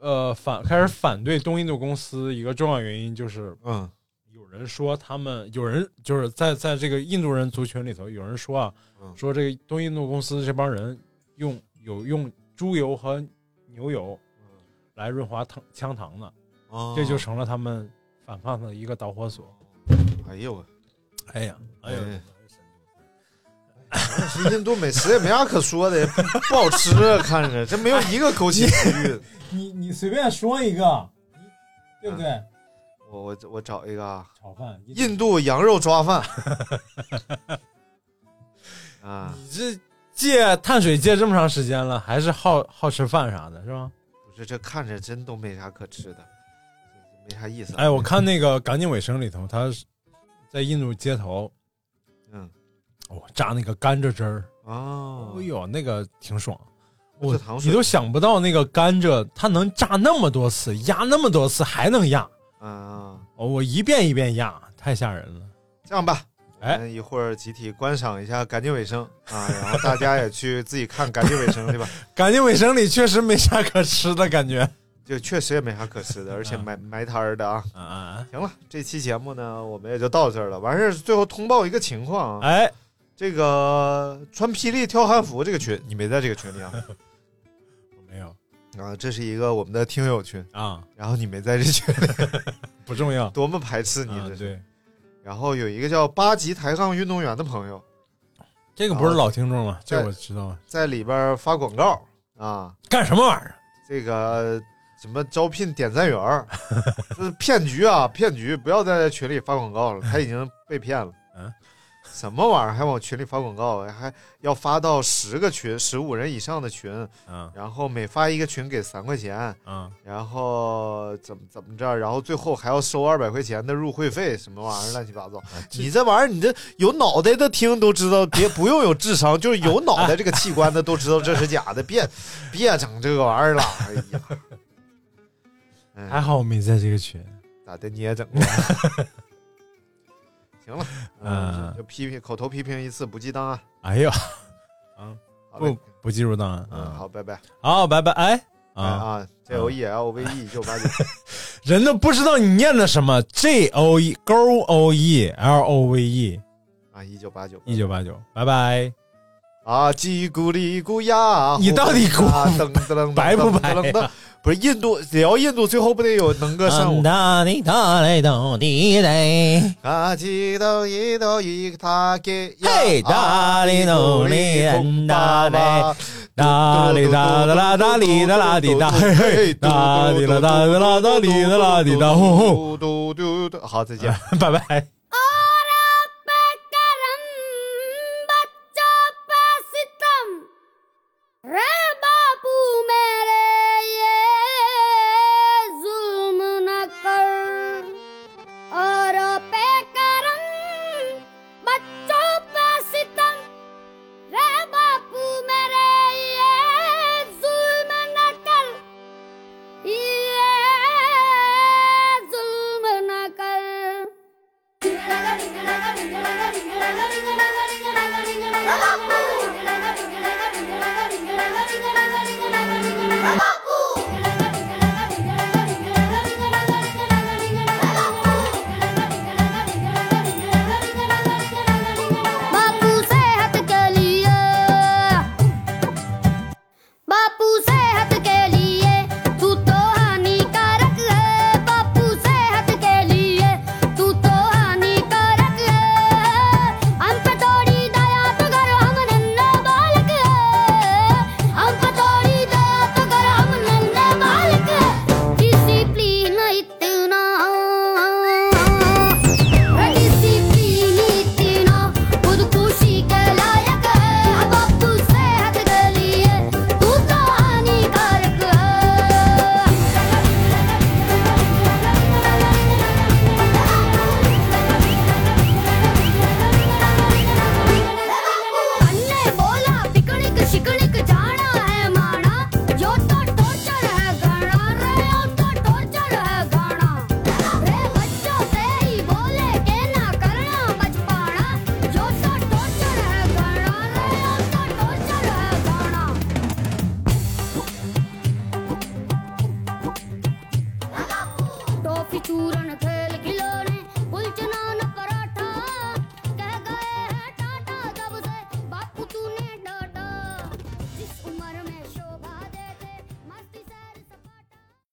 Speaker 3: 呃，反开始反对东印度公司一个重要原因就是，
Speaker 2: 嗯，
Speaker 3: 有人说他们有人就是在在这个印度人族群里头，有人说啊，
Speaker 2: 嗯
Speaker 3: 说这个东印度公司这帮人用有用猪油和牛油来润滑糖腔糖的，
Speaker 2: 嗯哦
Speaker 3: 这就成了他们反叛的一个导火索。
Speaker 2: 哎呦，
Speaker 3: 哎呀，哎呀，
Speaker 2: 哎印度美食也没啥可说的，不好吃，啊，看着这没有一个勾起食欲。
Speaker 3: 你你随便说一个，对不对？
Speaker 2: <laughs> 我我我找一个啊，
Speaker 3: 炒饭，印
Speaker 2: 嗯印度羊肉抓饭。 <laughs> 啊，
Speaker 3: 你这戒碳水戒这么长时间了，还是好好吃饭啥的，是吧？
Speaker 2: 不是，这看着真都没啥可吃的，没啥意思啊。
Speaker 3: 哎，我看那个《赶紧尾声》里头，他是在印度街头，
Speaker 2: 嗯，
Speaker 3: 哦，榨那个甘蔗汁儿，
Speaker 2: 哦
Speaker 3: 哎，呦，那个挺爽。
Speaker 2: 那
Speaker 3: 我
Speaker 2: 是糖水
Speaker 3: 你都想不到那个甘蔗，它能榨那么多次，压那么多次还能压，
Speaker 2: 啊，
Speaker 3: 哦，我一遍一遍压，太吓人
Speaker 2: <laughs>
Speaker 3: 了。
Speaker 2: 这样吧，
Speaker 3: 哎
Speaker 2: 我们一会儿集体观赏一下《赶紧尾声》啊， <laughs> 然后大家也去自己看《赶紧尾声》去吧。
Speaker 3: 赶紧尾声里确实没啥可吃的感觉。
Speaker 2: 就确实也没啥可吃的，而且埋埋摊儿的啊。
Speaker 3: 啊啊！
Speaker 2: 行了，这期节目呢，我们也就到这儿了。完事儿，最后通报一个情况啊，
Speaker 3: 哎，
Speaker 2: 这个穿霹雳跳汉服这个群，你没在这个群里啊？ <laughs>
Speaker 3: 我没有
Speaker 2: 啊，这是一个我们的听友群，
Speaker 3: 啊，
Speaker 2: 然后你没在这群，
Speaker 3: 不重要。
Speaker 2: 多么排斥你
Speaker 3: 啊
Speaker 2: 这是。
Speaker 3: 对，
Speaker 2: 然后有一个叫八级抬杠运动员的朋友
Speaker 3: 这个不是老听众吗？
Speaker 2: 哎
Speaker 3: 这我知道啊。
Speaker 2: 在里边儿发广告啊，
Speaker 3: 干什么玩意儿？
Speaker 2: 这个什么招聘点赞员儿，这是骗局啊，骗局！不要再在群里发广告了，他已经被骗了。
Speaker 3: 嗯，
Speaker 2: 什么玩意儿还往群里发广告，啊还要发到十个群、十五人以上的群，
Speaker 3: 啊
Speaker 2: 然后每发一个群给三块钱，
Speaker 3: 啊！
Speaker 2: 然后怎么怎么着，然后最后还要收二百块钱的入会费，什么玩意儿乱七八糟。你啊这玩意儿，你这有脑袋的听都知道，别不用有智商，就是有脑袋这个器官的都知道这是假的，别别整这个玩意儿了。哎呀，
Speaker 3: 还
Speaker 2: 哎，
Speaker 3: 好我没在这个群。
Speaker 2: 咋的你也整过？ <laughs> 行了，嗯
Speaker 3: 嗯，
Speaker 2: 就批评口头批评一次不记当啊。
Speaker 3: 哎呀，
Speaker 2: 好嘞
Speaker 3: 不，不计入档案
Speaker 2: 嗯，
Speaker 3: 啊。
Speaker 2: 好，拜拜。
Speaker 3: 好，拜拜。哎啊，
Speaker 2: 哎啊，J O E L V E 一九八九，
Speaker 3: 人都不知道你念的什么，J O E G O E L O V E
Speaker 2: 啊，一九八九，
Speaker 3: 一九八九，拜拜。
Speaker 2: 啊，叽咕哩咕呀，
Speaker 3: 你到底咕
Speaker 2: 啊噔噔噔噔
Speaker 3: 白不白呀
Speaker 2: 噔噔噔不是印度聊印度，最后不得有能歌善舞？
Speaker 3: 哒哩哒哩咚滴 <laughs> 嘞，
Speaker 2: 啊，叽咚一咚一他给呀，
Speaker 3: 嘿哒哩咚哩哒嘞哒哩哒哒啦哒哩哒啦滴哒，嘿嘿，哒哩啦哒哒啦哒哩哒啦滴哒，吼吼，
Speaker 2: 嘟嘟嘟嘟，好，再见。
Speaker 3: 拜拜。
Speaker 7: Oh!